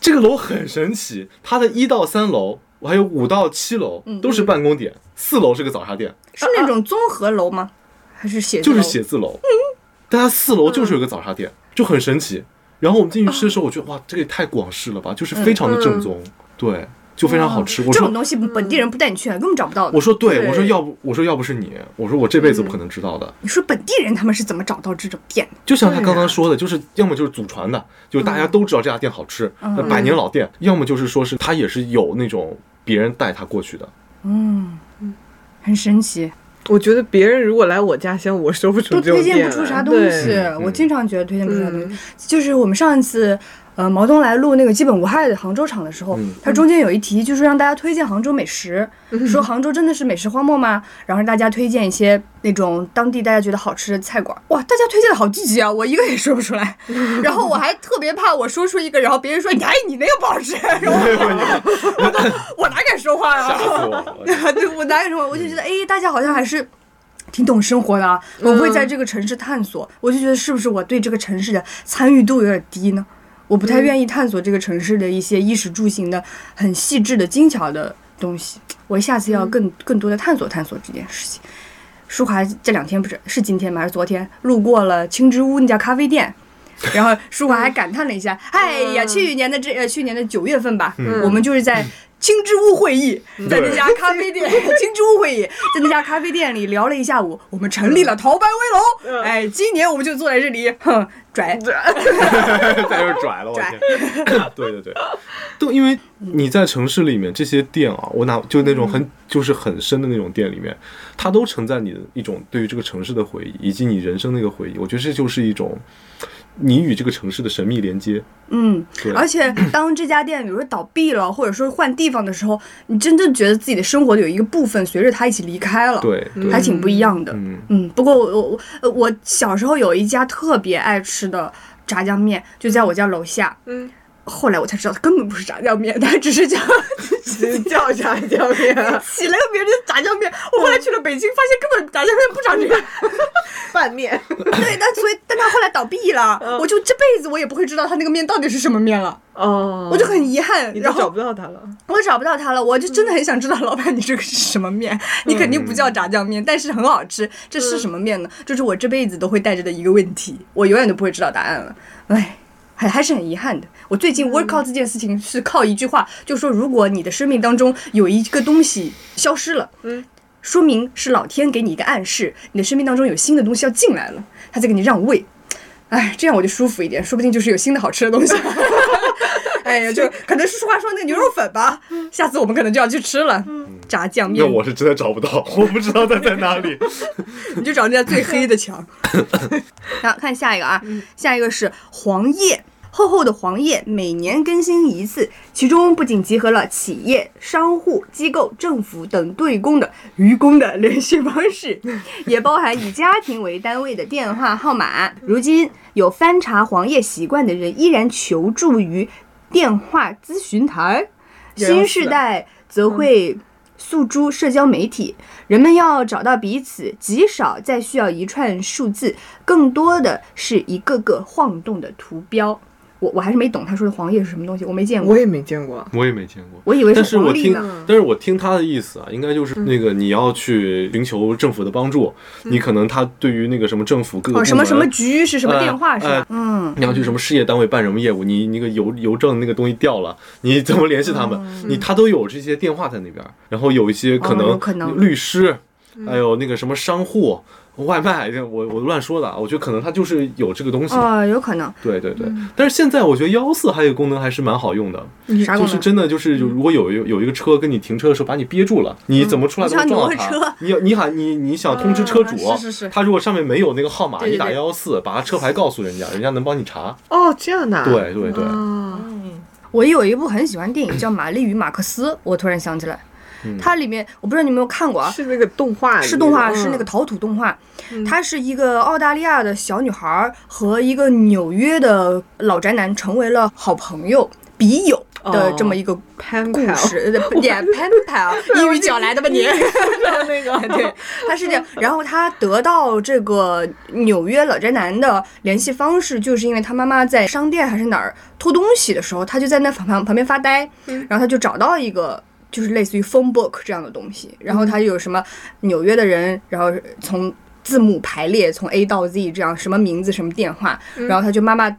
[SPEAKER 1] 这个楼很神奇，它的一到三楼，还有五到七楼都是办公点，四楼是个早茶店，
[SPEAKER 3] 是那种综合楼吗？还是写字
[SPEAKER 1] 就
[SPEAKER 3] 楼？
[SPEAKER 1] 是写字楼， <laughs> 但它四楼就是有个早茶店，就很神奇。然后我们进去吃的时候，我觉得哇，这个也太广式了吧，就是非常的正宗，对，就非常好吃。我
[SPEAKER 3] 这
[SPEAKER 1] 说
[SPEAKER 3] 种东西本地人不带你去，啊根本找不到的
[SPEAKER 1] 我。说对，
[SPEAKER 2] 对
[SPEAKER 1] 我说要不我说要不是你，我说我这辈子不可能知道的。
[SPEAKER 3] 你说本地人他们是怎么找到这种店的？
[SPEAKER 1] 就像他刚刚说的，就是要么就是祖传的，就是大家都知道这家店好吃，那百年老店；要么就是说是他也是有那种别人带他过去的。
[SPEAKER 3] 嗯，很神奇，
[SPEAKER 2] 我觉得别人如果来我家乡，我说不出
[SPEAKER 3] 都
[SPEAKER 2] 这种
[SPEAKER 3] 推
[SPEAKER 2] 店
[SPEAKER 3] 荐
[SPEAKER 2] 来
[SPEAKER 3] 不出啥东西
[SPEAKER 1] 对嗯。
[SPEAKER 3] 我经常觉得推荐不出啥东西。
[SPEAKER 2] 嗯
[SPEAKER 3] 就是我们上一次，呃，毛东来录那个基本无害的杭州场的时候，
[SPEAKER 1] 嗯
[SPEAKER 3] 他中间有一题就是让大家推荐杭州美食，说杭州真的是美食荒漠吗？然后让大家推荐一些那种当地大家觉得好吃的菜馆。哇，大家推荐的好积极啊，我一个也说不
[SPEAKER 1] <laughs>
[SPEAKER 3] 出来。然后我还特别怕我说出一个，然后别人说，哎，你那个不好吃，然后我哪敢说话呀、啊
[SPEAKER 1] <laughs> 吓死我了！
[SPEAKER 3] <laughs> 对我哪有什么，我就觉得哎，大家好像还是挺懂生活的啊。我会在这个城市探索，我就觉得是不是我对这个城市的参与度有点低呢？我不太愿意探索这个城市的一些衣食住行的很细致的精巧的东西。我下次要更更多的探索探索这件事情。舒华这两天不是是今天吗？还是昨天路过了青之屋那家咖啡店，然后舒华还感叹了一下：“哎呀，去年的这呃去年的九月份吧，我们就是在青之屋会议，在那家咖啡店青之屋会议，在那家咖啡店里聊了一下午，我们成立了桃白威龙。哎，今年我们就坐在这里，哼，拽
[SPEAKER 1] 在这儿拽了，我天！ <laughs> 对对对，都因为你在城市里面这些店啊，我哪就那种很就是很深的那种店里面，它都承载你的一种对于这个城市的回忆，以及你人生的一个回忆。我觉得这就是一种你与这个城市的神秘连接。
[SPEAKER 3] 嗯
[SPEAKER 1] 对，
[SPEAKER 3] 而且当这家店比如说倒闭了，或者说换地方的时候，你真正觉得自己的生活有一个部分随着它一起离开了，，
[SPEAKER 1] 对对，
[SPEAKER 3] 还挺不一样的。
[SPEAKER 1] 嗯，
[SPEAKER 3] 嗯，不过我我我我小时候有一家特别爱吃的炸酱面，就在我家楼下。
[SPEAKER 2] 嗯，
[SPEAKER 3] 后来我才知道，根本不是炸酱面，它只是叫
[SPEAKER 2] <laughs> 叫啥叫
[SPEAKER 3] <laughs>
[SPEAKER 2] 面
[SPEAKER 3] 起了个名叫炸酱面。我后来去了北京，发现根本炸酱面不长这样。
[SPEAKER 2] <laughs> 拌面，
[SPEAKER 3] 对，但所以，但它后来倒闭了，
[SPEAKER 2] 嗯
[SPEAKER 3] 我就这辈子我也不会知道它那个面到底是什么面了，
[SPEAKER 2] <laughs> 哦，
[SPEAKER 3] 我就很遗憾。
[SPEAKER 2] 你
[SPEAKER 3] 然
[SPEAKER 2] 都找
[SPEAKER 3] 后
[SPEAKER 2] 不到他了。
[SPEAKER 3] 我也找不到它了，我就真的很想知道，老板你这个是什么面？你肯定不叫炸酱面，但是很好吃，这是什么面呢？这是我这辈子都会带着的一个问题，我永远都不会知道答案了。唉。还还是很遗憾的。我最近 work out 这件事情是靠一句话，就说如果你的生命当中有一个东西消失了，
[SPEAKER 2] 嗯，
[SPEAKER 3] 说明是老天给你一个暗示，你的生命当中有新的东西要进来了，他在给你让位。哎，这样我就舒服一点，说不定就是有新的好吃的东西。哎呀，就可能是俗话说那个牛肉粉吧，下次我们可能就要去吃了。炸酱面
[SPEAKER 1] 那，我是真的找不到，我不知道它在哪里。
[SPEAKER 3] 你就找那家最黑的墙。然后看下一个啊，下一个是黄页。厚厚的黄页每年更新一次，其中不仅集合了企业、商户、机构、政府等对公的、愚公的联系方式，也包含以家庭为单位的电话号码。如今有翻查黄页习惯的人，依然求助于电话咨询台。
[SPEAKER 2] 也要
[SPEAKER 3] 新
[SPEAKER 2] 死
[SPEAKER 3] 时
[SPEAKER 2] 啊
[SPEAKER 3] 代则
[SPEAKER 1] 嗯
[SPEAKER 3] 会诉诸社交媒体，人们要找到彼此，极少再需要一串数字，更多的是一个个晃动的图标。我我还是没懂他说的黄页是什么东西，我没见过
[SPEAKER 2] 我，也没见过。
[SPEAKER 1] 我也没见过。
[SPEAKER 3] 我以为
[SPEAKER 1] 但是我
[SPEAKER 3] 黄历
[SPEAKER 1] 听呃
[SPEAKER 3] 呢。，嗯
[SPEAKER 1] 但是我听他的意思啊，应该就是那个你要去寻求政府的帮助，你可能他对于那个什么政府各个
[SPEAKER 3] 哦，
[SPEAKER 1] 部
[SPEAKER 3] 什么
[SPEAKER 1] 门
[SPEAKER 3] 什么局是什么
[SPEAKER 1] 哎
[SPEAKER 3] 电话是吧？嗯，
[SPEAKER 1] 你要去什么事业单位办什么业务，你那个邮邮政那个东西掉了，
[SPEAKER 3] 嗯
[SPEAKER 1] 你怎么联系他们？你他都有这些电话在那边，然后有一些可
[SPEAKER 3] 哦有
[SPEAKER 1] 能
[SPEAKER 3] 可能嗯
[SPEAKER 1] 律师，还有那个什么商户、外卖，这我我乱说的啊，我觉得可能他就是有这个东西。
[SPEAKER 3] 哦，嗯有可能。
[SPEAKER 1] 对对对，但是现在我觉得幺四还有一个功能还是蛮好用的，
[SPEAKER 3] 啥
[SPEAKER 1] 就
[SPEAKER 3] 功
[SPEAKER 1] 是
[SPEAKER 3] 能？
[SPEAKER 1] 真的就是有如果
[SPEAKER 4] 嗯
[SPEAKER 1] 有有有一个车跟你停车的时候把你憋住了，你怎么出来
[SPEAKER 3] 你
[SPEAKER 1] 都能
[SPEAKER 3] 想
[SPEAKER 1] 撞
[SPEAKER 3] 挪
[SPEAKER 1] 到他。
[SPEAKER 3] 车
[SPEAKER 1] 你你喊你你想通知车主，哦
[SPEAKER 4] 啊是是是
[SPEAKER 1] 他如果上面没有那个号码，
[SPEAKER 4] 对对
[SPEAKER 1] 你打
[SPEAKER 4] 对
[SPEAKER 1] 幺幺四，把他车牌告诉人家，人家能帮你查。
[SPEAKER 2] 哦，这样的啊。
[SPEAKER 1] 对对对，
[SPEAKER 2] 啊，
[SPEAKER 3] 我有一部很喜欢的电影叫《玛丽与马克思》，我突然想起来，
[SPEAKER 1] 嗯
[SPEAKER 3] 它里面我不知道你有没有看过啊？
[SPEAKER 2] 是那个动画，
[SPEAKER 3] 是动画，
[SPEAKER 2] 嗯
[SPEAKER 3] 是那个陶土动画。她是一个澳大利亚的小女孩儿和一个纽约的老宅男成为了好朋友、笔友
[SPEAKER 2] 哦
[SPEAKER 3] 的这么一个
[SPEAKER 2] 潘
[SPEAKER 3] 故
[SPEAKER 2] 凯
[SPEAKER 3] <laughs> 事。呃不 yeah, pen pal，英语角来的吧你？ <laughs>
[SPEAKER 2] 那个
[SPEAKER 3] 对，他是这样。然后他得到这个纽约老宅男的联系方式，就是因为他妈妈在商店还是哪儿偷东西的时候，他就在那旁旁旁边发呆，然后他就找到一个。就是类似于 phone book 这样的东西，然后他就有什么纽约的人，然后从字母排列，从 A 到 Z 这样，什么名字什么电话，然后他就妈妈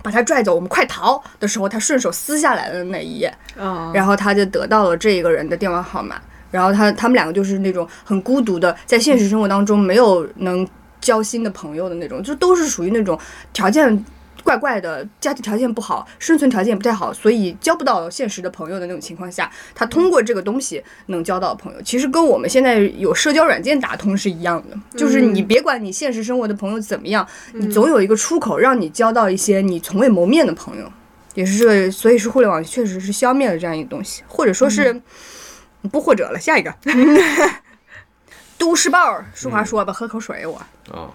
[SPEAKER 3] 把他拽走，我们快逃的时候，他顺手撕下来的那一页，
[SPEAKER 2] 啊，
[SPEAKER 3] 然后他就得到了这个人的电话号码，然后他他们两个就是那种很孤独的，在现实生活当中没有能交心的朋友的那种，就都是属于那种条件怪怪的，家庭条件不好，生存条件也不太好，所以交不到现实的朋友的那种情况下，他通过这个东西能交到朋友，其实跟我们现在有社交软件打通是一样的，就是
[SPEAKER 2] 嗯
[SPEAKER 3] 你别管你现实生活的朋友怎么样，你总有一个出口让你交到一些你从未谋面的朋友。也是这个，所以是互联网确实是消灭了这样一个东西，或者说是、
[SPEAKER 2] 嗯
[SPEAKER 3] 不或者了，下一
[SPEAKER 2] <laughs>
[SPEAKER 3] 个。都市报儿，淑
[SPEAKER 1] 嗯
[SPEAKER 3] 华说吧，喝口水我。
[SPEAKER 1] 啊。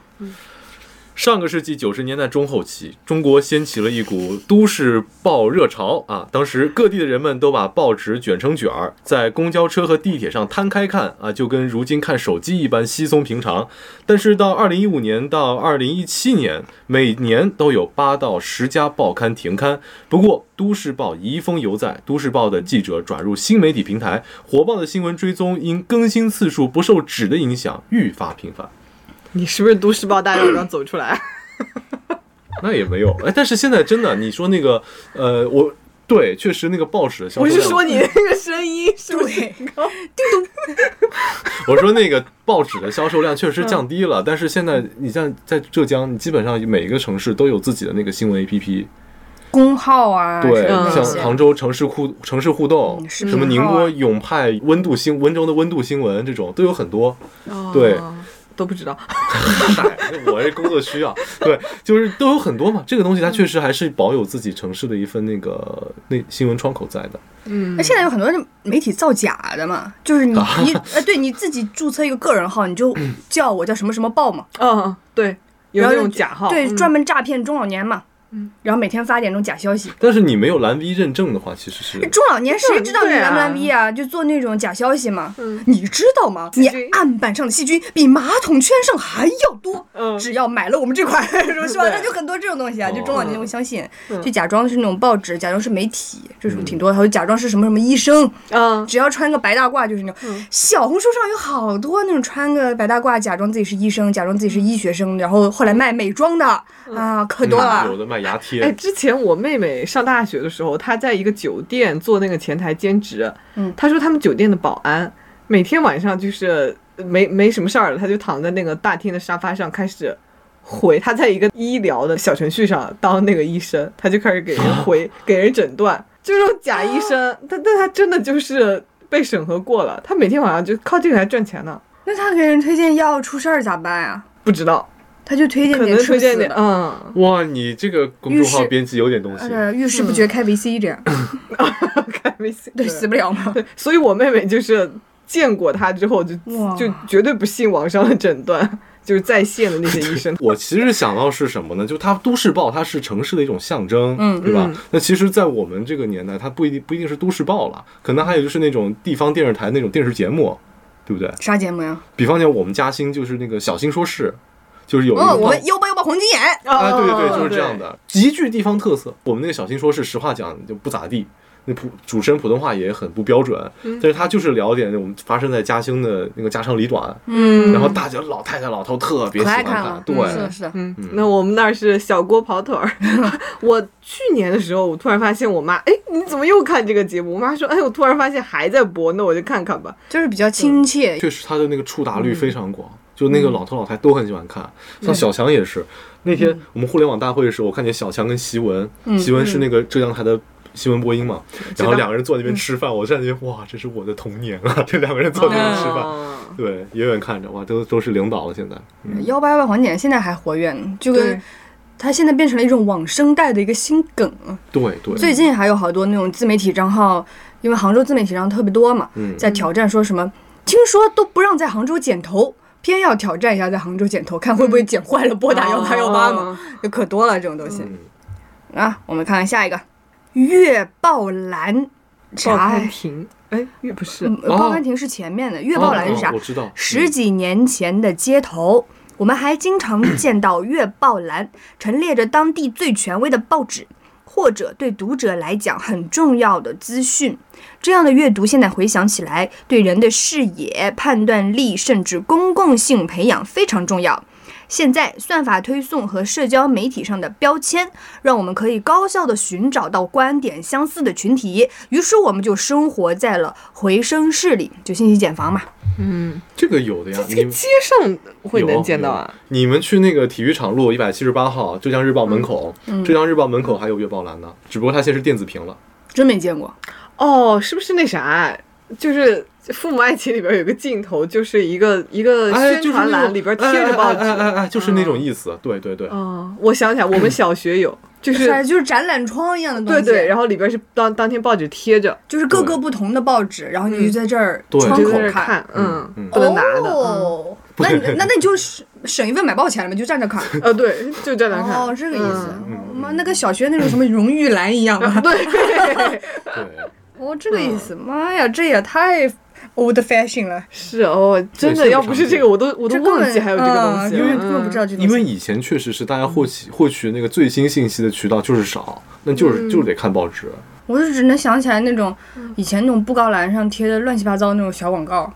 [SPEAKER 1] 上个世纪九十年代中后期，中国掀起了一股都市报热潮啊！当时各地的人们都把报纸卷成卷儿，在公交车和地铁上摊开看啊，就跟如今看手机一般稀松平常。但是到二零一五年到二零一七年，每年都有八到十家报刊停刊。不过，《都市报》遗风犹在，《都市报》的记者转入新媒体平台，火爆的新闻追踪因更新次数不受纸的影响愈发频繁。
[SPEAKER 2] 你是不是都市报大道刚走出来？
[SPEAKER 1] 那也没有，哎，但是现在真的，你说那个，呃，我对，确实那个报纸的销售
[SPEAKER 2] <laughs> 我
[SPEAKER 1] 量，
[SPEAKER 2] 是说你那个声音是不是？
[SPEAKER 3] 对，
[SPEAKER 1] 我说那个报纸的销售量确
[SPEAKER 2] 嗯
[SPEAKER 1] 实降低了，但是现在你像在浙江，你基本上每一个城市都有自己的那个新闻 APP，
[SPEAKER 3] 公号啊，
[SPEAKER 1] 对，
[SPEAKER 2] 嗯
[SPEAKER 1] 像
[SPEAKER 3] 是
[SPEAKER 1] 杭州城市互城市互动
[SPEAKER 3] 嗯，视频
[SPEAKER 1] 什么宁
[SPEAKER 3] 号啊
[SPEAKER 1] 波永派温度新温州的温度新闻这种都有很多， <laughs> 对
[SPEAKER 2] 哦，都不知道。
[SPEAKER 1] 嗨，我这工作需要，对，就是都有很多嘛，这个东西它确实还是保有自己城市的一份那个那新闻窗口在的。
[SPEAKER 2] 嗯
[SPEAKER 3] 那现在有很多媒体造假的嘛，就是
[SPEAKER 1] 啊
[SPEAKER 3] 你你呃，对你自己注册一个个人号，你就
[SPEAKER 1] 嗯
[SPEAKER 3] 叫我叫什么什么报嘛，
[SPEAKER 2] 嗯，对，有
[SPEAKER 3] 然后
[SPEAKER 2] 那种
[SPEAKER 3] 就
[SPEAKER 2] 假号，
[SPEAKER 3] 对，
[SPEAKER 2] 嗯
[SPEAKER 3] 专门诈骗中老年嘛，嗯，然后每天发点那种假消息。
[SPEAKER 1] 但是你没有蓝 V 认证的话，其实是
[SPEAKER 3] 中老年谁知道你
[SPEAKER 2] 对啊嗯
[SPEAKER 3] 难不难逼啊？就做那种假消息嘛。你知道吗？你
[SPEAKER 2] 菌
[SPEAKER 3] 案板上的细菌比马桶圈上还要多。
[SPEAKER 2] 嗯
[SPEAKER 3] 只要买了我们这款， <laughs> 是吧？
[SPEAKER 2] 对嗯
[SPEAKER 3] 那就很多这种东西啊，
[SPEAKER 1] 哦
[SPEAKER 3] 就中老年会相信，就假装是那种报纸，假装是媒体，这种挺多的，还有假装是什么什么医生，
[SPEAKER 2] 嗯
[SPEAKER 3] 只要穿个白大褂就是那种。小红书上有好多那种穿个白大�褂，假装自己是医生，假装自己是医学生，然后后来卖美妆的啊，可多
[SPEAKER 1] 嗯
[SPEAKER 3] 了
[SPEAKER 1] 有。的卖牙贴，
[SPEAKER 2] 哎，之前我妹妹上大学的时候，她在一个酒店做那个前台兼职。
[SPEAKER 3] 嗯
[SPEAKER 2] 她说他们酒店的保安每天晚上就是呃没没什么事儿了，她就躺在那个大厅的沙发上开始回。她在一个医疗的小程序上当那个医生，她就开始给人
[SPEAKER 3] <gasps>
[SPEAKER 2] 回给人诊断，就是假医生。 <gasps> 但但她真的就是被审核过了，她每天晚上就靠这个来赚钱呢。
[SPEAKER 3] 那他给人推荐药出事儿咋办呀？
[SPEAKER 2] 不知道，
[SPEAKER 3] 他就推荐
[SPEAKER 2] 可
[SPEAKER 3] 点
[SPEAKER 2] 能
[SPEAKER 3] 吃
[SPEAKER 2] 推荐
[SPEAKER 3] 死
[SPEAKER 2] 点，
[SPEAKER 3] 的， <laughs>
[SPEAKER 2] 嗯，
[SPEAKER 1] 哇，你这个公众号编辑有点东西，。
[SPEAKER 3] 呃，遇事不决开 VC 这样，
[SPEAKER 2] 开微信
[SPEAKER 3] 对，死不了嘛。
[SPEAKER 2] 对，所以我妹妹就是见过他之后就
[SPEAKER 3] 哇
[SPEAKER 2] 就绝对不信网上的诊断， <laughs> 就是在线的那些医生
[SPEAKER 1] 我其实想到是什么呢？就它都市报，它是城市的一种象征，嗯，对吧？那其实，在我们这个年代，它不一定不一定是都市报了，可能还有就是那种地方电视台那种电视节目，对不对？
[SPEAKER 3] 啥节目呀？
[SPEAKER 1] 比方讲，我们嘉兴就是那个《小新说事》，就是有一个、
[SPEAKER 3] 哦，我们哦幽巴幽巴红金眼，
[SPEAKER 1] <laughs> 啊，对对
[SPEAKER 2] 哦
[SPEAKER 1] 对，就是这样
[SPEAKER 2] 的。
[SPEAKER 1] 的，极具地方特色。我们那个小新说是实话讲就不咋地，那普主持人普通话也很不标准，
[SPEAKER 3] 嗯
[SPEAKER 1] 但是他就是聊点我们发生在嘉兴的那个家长里短，
[SPEAKER 3] 嗯
[SPEAKER 1] 然后大家老太太老头特别喜
[SPEAKER 3] 可爱
[SPEAKER 1] 欢
[SPEAKER 3] 看
[SPEAKER 1] 他
[SPEAKER 3] 了，，
[SPEAKER 1] 对，
[SPEAKER 3] 是的是的，
[SPEAKER 2] 嗯，那我们那儿是小锅
[SPEAKER 3] <laughs>
[SPEAKER 2] 跑腿儿。我去年的时候，我突然发现我妈，哎，你怎么又看这个节目？我妈说，哎，我突然发现还在播，那我就看看吧。
[SPEAKER 3] 就是比较亲切，
[SPEAKER 1] 确实他的那个触达率非常广，就那个
[SPEAKER 3] 嗯
[SPEAKER 1] 老头老太都很喜欢看，像小强也是。那
[SPEAKER 3] 嗯
[SPEAKER 1] 天我们互联网大会的时候，我看见小强跟席文，席文是那个浙江台的。新闻播音嘛，
[SPEAKER 3] 嗯
[SPEAKER 1] 然后两个人坐那边吃饭，我站那边，哇，这是我的童年啊！这两个人坐那边吃
[SPEAKER 3] 嗯
[SPEAKER 1] 饭，
[SPEAKER 2] 哦
[SPEAKER 1] 对，远远看着，哇，都都是领导了，现在，嗯，
[SPEAKER 3] 幺八幺八黄点现在还活跃呢，就跟
[SPEAKER 2] 对
[SPEAKER 3] 它现在变成了一种网生代的一个新梗。啊
[SPEAKER 1] 对对，
[SPEAKER 3] 最近还有好多那种自媒体账号，因为杭州自媒体账号特别多嘛，
[SPEAKER 1] 嗯
[SPEAKER 3] 在挑战说什么，听说都不让在杭州剪头，偏要挑战一下在杭州剪头，看会不会剪坏了拨
[SPEAKER 2] 啊
[SPEAKER 3] 打幺八幺八
[SPEAKER 2] 哦
[SPEAKER 3] 嘛，就可多了这种东西
[SPEAKER 1] 嗯
[SPEAKER 3] 啊。我们看看下一个，月报蓝
[SPEAKER 2] 报
[SPEAKER 3] 茶
[SPEAKER 2] 刊，亭，哎，也不是，
[SPEAKER 3] 嗯
[SPEAKER 1] 哦
[SPEAKER 3] 报刊亭是前面的，月报蓝是啥？
[SPEAKER 1] 哦我知道，
[SPEAKER 3] 十几年前的街头，我们还经常见到月报栏陈列着当地最权威的报纸，或者对读者来讲很重要的资讯。这样的阅读，现在回想起来，对人的视野、判断力，甚至公共性培养非常重要。现在，算法推送和社交媒体上的标签，让我们可以高效地寻找到观点相似的群体，于是我们就生活在了回声室里，就信息茧房嘛。
[SPEAKER 2] 嗯，
[SPEAKER 1] 这个有的呀，你
[SPEAKER 2] 这个街上会能见到啊。
[SPEAKER 1] 有有你们去那个体育场路一百七十八号浙江日报门口，
[SPEAKER 2] 嗯
[SPEAKER 1] 浙江日报门口还有月报栏呢，只不过它现在是电子屏了。
[SPEAKER 3] 真没见过。
[SPEAKER 2] 哦，是不是那啥？就是《父母爱情》里边有个镜头，就是一个一个
[SPEAKER 1] 哎，
[SPEAKER 2] 宣
[SPEAKER 1] 就是
[SPEAKER 2] 传
[SPEAKER 1] 那
[SPEAKER 2] 栏
[SPEAKER 1] 种
[SPEAKER 2] 里边贴着报纸。嗯
[SPEAKER 1] 哎哎哎哎哎，就是那种意思。对对对，
[SPEAKER 2] 哦，我想起来，我们小学有，就是
[SPEAKER 3] 啊，就是展览窗一样的东
[SPEAKER 2] 对
[SPEAKER 3] 西，
[SPEAKER 2] 对，然后里边是当当天报纸贴着，
[SPEAKER 3] 就是各个不同的报纸，然后你就在这儿
[SPEAKER 1] 对
[SPEAKER 3] 窗
[SPEAKER 2] 嗯就
[SPEAKER 1] 门
[SPEAKER 2] 在
[SPEAKER 3] 口
[SPEAKER 2] 那儿
[SPEAKER 3] 看。
[SPEAKER 2] 看，嗯，
[SPEAKER 1] 嗯
[SPEAKER 2] 不能拿的。嗯
[SPEAKER 3] 哦，那
[SPEAKER 2] <laughs>
[SPEAKER 3] 你那那你就省省一份买报钱了嘛，就站着看。
[SPEAKER 2] 呃，对，就在那儿看。
[SPEAKER 3] 哦，这个意思
[SPEAKER 1] 嗯嗯，嗯
[SPEAKER 3] 妈，那跟小学那种什么荣誉栏
[SPEAKER 2] <laughs>
[SPEAKER 3] 一样
[SPEAKER 2] 嗯。
[SPEAKER 3] 嘛。
[SPEAKER 2] 对，
[SPEAKER 1] 对，
[SPEAKER 2] 嗯
[SPEAKER 3] 哦，这个意思，妈呀，这也太 old fashion 了，
[SPEAKER 2] 是哦，真的，
[SPEAKER 1] 这个
[SPEAKER 2] 要不是这个，我都我
[SPEAKER 3] 这
[SPEAKER 2] 都
[SPEAKER 3] 根
[SPEAKER 2] 忘
[SPEAKER 3] 本
[SPEAKER 2] 记还有这个东西
[SPEAKER 3] 嗯
[SPEAKER 2] 了，
[SPEAKER 3] 因为根本不知道这东
[SPEAKER 1] 因为
[SPEAKER 3] 西。
[SPEAKER 1] 以前确实是大家获取获取那个最新信息的渠道就是少，那
[SPEAKER 2] 嗯
[SPEAKER 1] 就是就是得看报
[SPEAKER 2] <laughs>
[SPEAKER 1] 纸。
[SPEAKER 3] 我就只能想起来那种以前那种布告栏上贴的乱七八糟的那种小广告。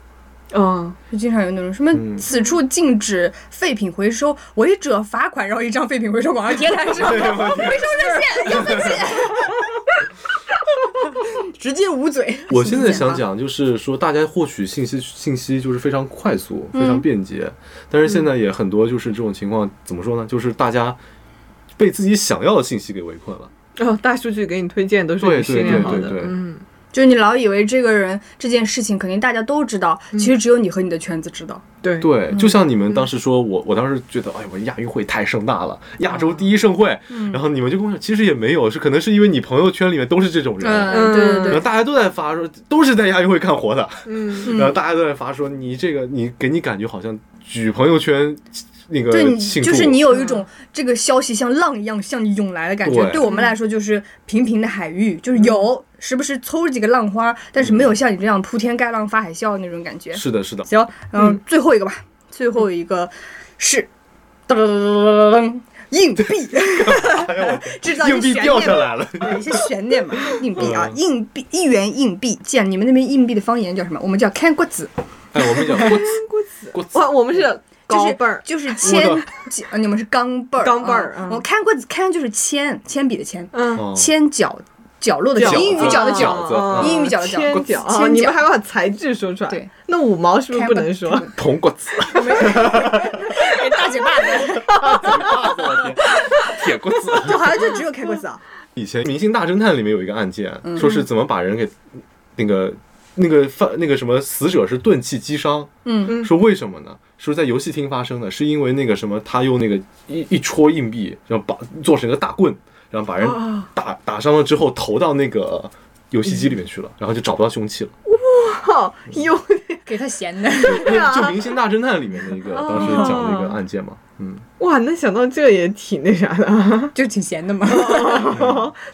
[SPEAKER 2] 嗯，
[SPEAKER 3] 就经常有那种什么
[SPEAKER 1] 嗯
[SPEAKER 3] 此处禁止废品回收，违者罚款，然后一张废品回收广告贴在
[SPEAKER 1] <laughs>
[SPEAKER 3] 上，回收热线幺三七，直接捂嘴。
[SPEAKER 1] 我现在想讲，就是说大家获取信息信息就是非常快速、非
[SPEAKER 2] 嗯
[SPEAKER 1] 常便捷，但是现在也很多就是这种情况，怎么说呢？就是大家被自己想要的信息给围困了。
[SPEAKER 2] 然后哦大数据给你推荐都是
[SPEAKER 1] 对对
[SPEAKER 2] 你训练
[SPEAKER 1] 对
[SPEAKER 2] 好
[SPEAKER 1] 对
[SPEAKER 2] 的
[SPEAKER 1] 对，
[SPEAKER 2] 嗯，
[SPEAKER 3] <laughs> 就是你老以为这个人这件事情肯定大家都知道，
[SPEAKER 1] 嗯
[SPEAKER 3] 其实只有你和你的圈子知道。
[SPEAKER 2] 对，
[SPEAKER 1] 对，
[SPEAKER 3] 嗯
[SPEAKER 1] 就像你们当时说，我我当时觉得，哎呦，我亚运会太盛大了，亚
[SPEAKER 3] 哦
[SPEAKER 1] 洲第一盛会。
[SPEAKER 3] 嗯
[SPEAKER 1] 然后你们就跟我讲，其实也没有，是可能是因为你朋友圈里面都是这种人，
[SPEAKER 2] 嗯
[SPEAKER 3] 对对
[SPEAKER 1] 然
[SPEAKER 3] 对
[SPEAKER 1] 后，大家都在发说，都是在亚运会看活的，
[SPEAKER 2] 嗯，
[SPEAKER 1] 然后大家都在发说，你这个你给你感觉好像举朋友圈那个
[SPEAKER 3] 对你
[SPEAKER 1] 庆祝，
[SPEAKER 3] 就是你有一种这个消息像浪一样向你涌来的感觉。
[SPEAKER 1] 对嗯
[SPEAKER 3] 对我们来说，就是平平的海域，就是有时不时抽几个浪花，但是没有像你这样铺天盖浪发海啸的那种感觉。
[SPEAKER 1] 是的，是的，
[SPEAKER 3] 行，然
[SPEAKER 1] 嗯
[SPEAKER 3] 后最后一个吧，最后一个是噔噔噔噔噔噔，硬币，
[SPEAKER 1] 哎呦
[SPEAKER 3] <laughs>
[SPEAKER 1] 我
[SPEAKER 3] 制造
[SPEAKER 1] 硬
[SPEAKER 3] 一
[SPEAKER 1] 币
[SPEAKER 3] 些
[SPEAKER 1] 掉
[SPEAKER 3] 悬
[SPEAKER 1] 下
[SPEAKER 3] 念嘛，
[SPEAKER 1] 来了。
[SPEAKER 3] 对一些悬念嘛，硬币啊，
[SPEAKER 1] 嗯
[SPEAKER 3] 硬币一元硬币，见你们那边硬币的方言叫什么？我们叫看瓜子，
[SPEAKER 1] 哎，我们讲
[SPEAKER 3] <laughs>
[SPEAKER 1] 锅子，锅子，
[SPEAKER 2] 哇，我们是
[SPEAKER 3] 就
[SPEAKER 2] 高
[SPEAKER 3] 是
[SPEAKER 2] 倍儿，
[SPEAKER 3] 就是铅
[SPEAKER 1] 我懂，
[SPEAKER 3] 呃你们是钢镚儿，
[SPEAKER 2] 钢镚儿
[SPEAKER 3] 啊
[SPEAKER 2] 嗯
[SPEAKER 3] 我看瓜子，看就是铅，铅笔的铅，
[SPEAKER 2] 嗯，
[SPEAKER 1] 哦
[SPEAKER 3] 铅角角落的
[SPEAKER 1] 角
[SPEAKER 3] 角，
[SPEAKER 1] 子
[SPEAKER 3] 英语角
[SPEAKER 2] 啊
[SPEAKER 3] 的角，
[SPEAKER 1] 子嗯
[SPEAKER 3] 英语角的角
[SPEAKER 2] 千角
[SPEAKER 3] 千
[SPEAKER 2] 啊！
[SPEAKER 3] 角
[SPEAKER 2] 你们还把材质说出来，
[SPEAKER 3] 对，
[SPEAKER 2] 那五毛是不是不
[SPEAKER 3] <laughs>
[SPEAKER 2] 能说？
[SPEAKER 1] 铜锅子， <laughs>
[SPEAKER 3] 哎大嘴巴 <laughs> 子，
[SPEAKER 1] 我的天，铁锅子。
[SPEAKER 3] 就好像就只有开瓜子啊，
[SPEAKER 1] 以前《明星大侦探》里面有一个案件，说是怎么把人给那个那个犯那个什么死者是钝器击伤，
[SPEAKER 3] 嗯
[SPEAKER 2] 嗯
[SPEAKER 1] 说为什么呢？说在游戏厅发生的，是因为那个什么他用那个一一戳硬币，然后把做成一个大棍，然后把人
[SPEAKER 2] 啊
[SPEAKER 1] 打打伤了之后投到那个游戏机里面去了，然后就找不到凶器了。
[SPEAKER 2] 靠，有
[SPEAKER 3] <laughs> 给他咸的， <laughs>
[SPEAKER 1] 就《明星大侦探》里面的一个当时讲的一个案件嘛，嗯
[SPEAKER 2] 哇，那想到这也挺那啥的 <laughs> 啊，
[SPEAKER 4] 就挺闲的嘛。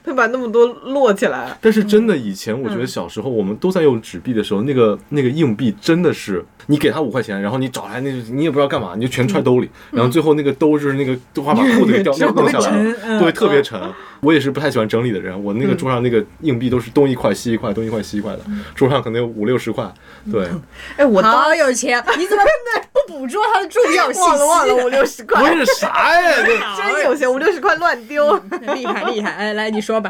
[SPEAKER 2] 他把那么多摞起来，
[SPEAKER 1] 但是真的，以前我觉
[SPEAKER 2] 嗯
[SPEAKER 1] 得小时候我们都在用纸币的时候，那个那个硬币真的是，你给他五块钱，然后你找来那，你也不知道干嘛，你就全揣兜里，
[SPEAKER 2] 嗯
[SPEAKER 1] 然后最后那个兜就是
[SPEAKER 2] <laughs>
[SPEAKER 1] 那个就快把裤子给掉掉弄下来
[SPEAKER 4] 沉嗯
[SPEAKER 1] 了，对，特别沉。我也是不太喜欢整理的人，我那个桌上那个硬币都是东一块西一块，东一块西一块的，
[SPEAKER 2] 嗯
[SPEAKER 1] 桌上可能有五六十块，
[SPEAKER 2] <laughs>
[SPEAKER 1] 对，
[SPEAKER 2] 哎，我当
[SPEAKER 3] 好有钱！你怎么不捕捉他的重要信息？
[SPEAKER 2] <laughs> 忘了忘了五六十
[SPEAKER 1] 不
[SPEAKER 2] 块，
[SPEAKER 1] 是啥呀，这
[SPEAKER 2] <laughs> 真有钱，五六十块乱丢。
[SPEAKER 3] <laughs>
[SPEAKER 4] 厉害厉害，哎，来你说吧，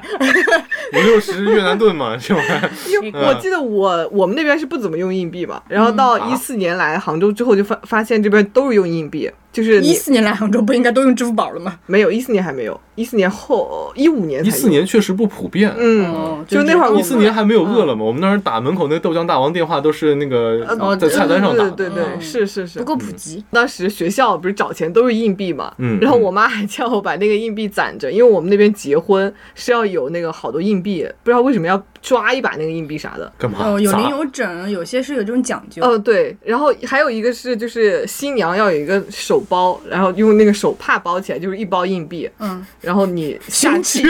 [SPEAKER 1] 五六十越南盾
[SPEAKER 2] <laughs>
[SPEAKER 1] 嘛，这玩意儿，
[SPEAKER 2] 因为哎我记得我我们那边是不怎么用硬币嘛，然后到
[SPEAKER 1] 啊
[SPEAKER 2] 一四年来杭州之后，就发发现这边都是用硬币，就是
[SPEAKER 4] 一
[SPEAKER 2] 你
[SPEAKER 4] 四年来杭州不应该都用支付宝
[SPEAKER 2] <laughs>
[SPEAKER 4] 了吗？
[SPEAKER 2] 没有一四年还没有，一四年后一五年才
[SPEAKER 1] 一
[SPEAKER 2] 有
[SPEAKER 1] 四，年确实不普遍。
[SPEAKER 2] 嗯，
[SPEAKER 4] 哦，
[SPEAKER 2] 就那会儿我
[SPEAKER 1] 一四年还没有饿了么，我们当时打门口那豆浆大王电话都是那个
[SPEAKER 2] 呃
[SPEAKER 1] 哦在菜单上打
[SPEAKER 2] 对
[SPEAKER 1] 的，
[SPEAKER 2] 对对对，
[SPEAKER 4] 嗯
[SPEAKER 2] 是是是
[SPEAKER 3] 不。够普及。
[SPEAKER 2] 当时学校不是找钱都是硬币嘛，
[SPEAKER 1] 嗯
[SPEAKER 2] 然后我妈还叫我把那个硬币攒着，因为我们那边结婚是要有那个好多硬币，不知道为什么要抓一把那个硬币啥的。
[SPEAKER 1] 干嘛？
[SPEAKER 3] 哦，有
[SPEAKER 1] 砸
[SPEAKER 3] 零
[SPEAKER 1] <laughs>
[SPEAKER 3] 有整，有些是有这种讲究。
[SPEAKER 2] 哦，对，然后还有一个是，就是新娘要有一个手包，然后用那个手帕包起来，就是一包硬币，
[SPEAKER 3] 嗯，
[SPEAKER 2] 然后你下去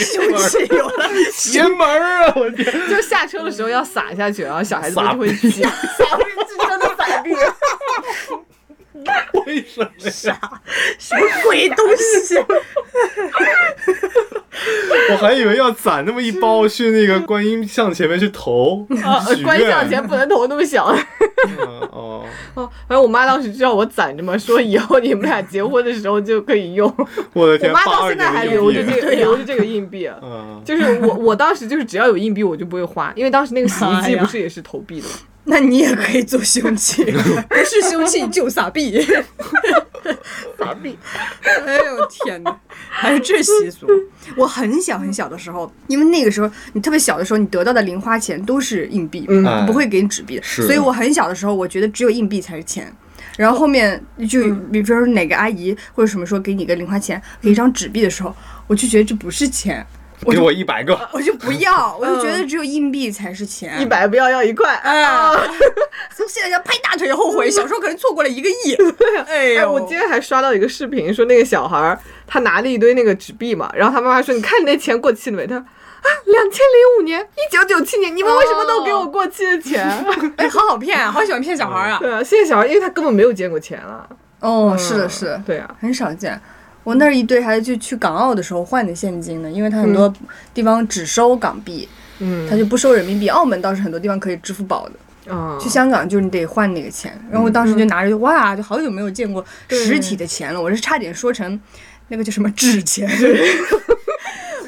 [SPEAKER 1] 胸
[SPEAKER 2] 是有了，
[SPEAKER 1] 邪门儿啊！我天，
[SPEAKER 2] 就下车的时候要撒下去，然后小孩子们
[SPEAKER 1] 撒
[SPEAKER 2] 就会
[SPEAKER 1] 币
[SPEAKER 2] <laughs> 捡，撒是真的撒
[SPEAKER 3] <laughs>
[SPEAKER 2] 币，
[SPEAKER 1] 为什么呀？
[SPEAKER 4] 鬼东西，
[SPEAKER 1] 我还以为要攒那么一包去那个观音像前面去
[SPEAKER 2] <laughs>
[SPEAKER 1] 投许
[SPEAKER 2] 关
[SPEAKER 1] 愿。
[SPEAKER 2] 上前不能投那么小。
[SPEAKER 1] 嗯哦，
[SPEAKER 2] 哦，反正我妈当时知道我攒着嘛，说以后你们俩结婚的时候就可以用。我
[SPEAKER 1] 我 <laughs> 的天，
[SPEAKER 2] 妈
[SPEAKER 1] 八
[SPEAKER 2] 到
[SPEAKER 1] 二
[SPEAKER 2] 现在
[SPEAKER 1] 年
[SPEAKER 2] 还
[SPEAKER 1] 的
[SPEAKER 2] 留
[SPEAKER 1] 硬
[SPEAKER 2] 着这
[SPEAKER 1] 币。
[SPEAKER 2] 个留着这个硬币。啊
[SPEAKER 1] 嗯，
[SPEAKER 2] 就是我，我当时就是只要有硬币我就不会花，因为当时那个洗衣
[SPEAKER 4] 哎
[SPEAKER 2] 机
[SPEAKER 4] 呀
[SPEAKER 2] 不是也是投币的吗？
[SPEAKER 4] 那你也可以做
[SPEAKER 2] <laughs>
[SPEAKER 4] 凶器，不是凶器就撒币，
[SPEAKER 2] 撒币，
[SPEAKER 4] 哎呦天哪，还是这习俗，
[SPEAKER 3] 我很小很小的时候，因为那个时候你特别小的时候，你得到的零花钱都是硬币，
[SPEAKER 2] 嗯
[SPEAKER 1] 哎
[SPEAKER 3] 不会给你纸币的。
[SPEAKER 1] 是
[SPEAKER 3] 所以我很小的时候，我觉得只有硬币才是钱。然后后面就
[SPEAKER 2] 嗯
[SPEAKER 3] 比如说哪个阿姨或者什么说给你个零花钱，给一张纸币的时候，我就觉得这不是钱，
[SPEAKER 1] 给我一百
[SPEAKER 2] <laughs>
[SPEAKER 1] 个，
[SPEAKER 3] 我就不要，我就觉得只有硬币才是钱。
[SPEAKER 2] 嗯一百不要要一块。
[SPEAKER 3] 哎
[SPEAKER 2] 啊
[SPEAKER 3] 从现在要拍大腿后悔，小时候可能错过了一个亿。哎
[SPEAKER 2] 哎，
[SPEAKER 3] 呦，
[SPEAKER 2] 我今天还刷到一个视频，说那个小孩儿他拿了一堆那个纸币嘛，然后他妈妈说：“你看你那钱过期了没？”他说：“啊，两千零五年、一九九七年，你们为什么都给我过期的钱？”
[SPEAKER 4] 哎，好好骗啊，好喜欢骗小孩啊，
[SPEAKER 1] 嗯
[SPEAKER 2] 对啊，现在小孩因为他根本没有见过钱了。
[SPEAKER 3] 哦，是的，
[SPEAKER 1] 嗯
[SPEAKER 3] 是的，
[SPEAKER 2] 对啊，
[SPEAKER 3] 很少见。我那儿一堆孩子就去港澳的时候换的现金呢，因为他很多地方只收港币，
[SPEAKER 2] 嗯，
[SPEAKER 3] 他就不收人民币。澳门倒是很多地方可以支付宝的，
[SPEAKER 2] 啊，
[SPEAKER 3] 去香港就是你得换那个钱。然后
[SPEAKER 2] 嗯
[SPEAKER 3] 我当时就拿着，哇，就好久没有见过实体的钱了，我是差点说成那个叫什么纸钱。 <laughs>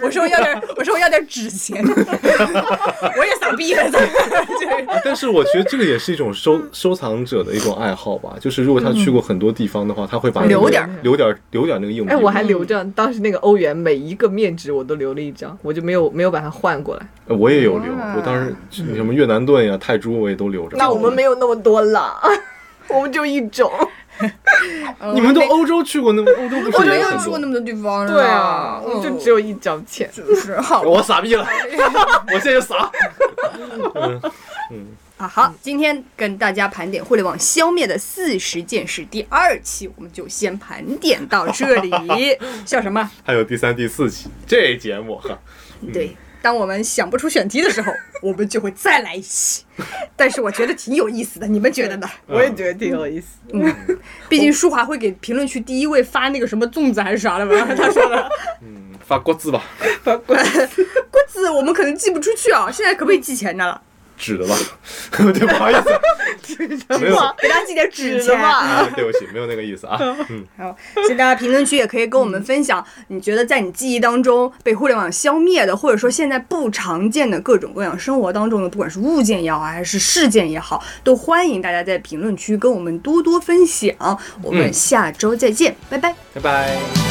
[SPEAKER 3] 我说我要点，我说我要点纸
[SPEAKER 2] <laughs>
[SPEAKER 3] 钱，
[SPEAKER 4] 我也撒币了，
[SPEAKER 1] 啊但是我觉得这个也是一种收
[SPEAKER 2] 嗯
[SPEAKER 1] 收藏者的一种爱好吧。就是如果他去过很多地方的话，
[SPEAKER 2] 嗯
[SPEAKER 1] 他会把那个
[SPEAKER 3] 留点儿
[SPEAKER 1] 留点儿留点儿那个硬币。
[SPEAKER 2] 哎，我还留着当时那个欧元每一个面值我都留了一张，我就没有没有把它换过来。
[SPEAKER 1] 呃我也有留，
[SPEAKER 3] 哇
[SPEAKER 1] 我当时什么越南盾呀、泰铢我也都留着。
[SPEAKER 2] 有嗯那么多了， <laughs> 我们就一种。
[SPEAKER 1] 你们都欧洲去过那么欧洲不
[SPEAKER 3] 我
[SPEAKER 1] 是
[SPEAKER 3] 嗯没
[SPEAKER 1] 也
[SPEAKER 3] 有
[SPEAKER 1] 很
[SPEAKER 3] 去过那
[SPEAKER 1] 多？
[SPEAKER 3] 么多地方，
[SPEAKER 2] 对啊，我
[SPEAKER 3] 我
[SPEAKER 2] 们就只有一张钱。
[SPEAKER 3] 就是好
[SPEAKER 1] 我傻
[SPEAKER 3] <laughs>
[SPEAKER 1] 逼了，我现在就傻。
[SPEAKER 3] 啊，好，今天跟大家盘点互联网消灭的四十件事，第二期我们就先盘点到这里。
[SPEAKER 4] 笑什么？
[SPEAKER 1] 还有第三、第四期这节目哈，
[SPEAKER 3] 对，当我们想不出选题的时候，我们就会再来一期。但是我觉得挺有意思的，你们觉得呢？
[SPEAKER 2] 我也觉得挺有意思。
[SPEAKER 3] 毕竟舒华会给
[SPEAKER 4] 评论区第一位发那个什么粽子还是啥的吧，他
[SPEAKER 3] <laughs>
[SPEAKER 4] 说的，
[SPEAKER 1] 发国字吧，
[SPEAKER 3] 锅子，我们可能寄不出去啊。现在可不可以寄钱的了？
[SPEAKER 1] 纸的吧， <laughs> 对，不好意
[SPEAKER 3] <laughs>
[SPEAKER 1] 思，没有啊，
[SPEAKER 3] 给大家寄点纸
[SPEAKER 2] 纸的
[SPEAKER 3] 钱。
[SPEAKER 2] 嘛
[SPEAKER 1] 对不起，没有那个意思啊。嗯，
[SPEAKER 3] 好，所以大家评论区也可以跟我们分享，你觉得在你记忆当中被互联网消灭的，或者说现在不常见的各种各样生活当中的，不管是物件也好，还是事件也好，都欢迎大家在评论区跟我们多多分享。我们
[SPEAKER 1] 嗯
[SPEAKER 3] 下周再见，拜拜。
[SPEAKER 1] 拜拜。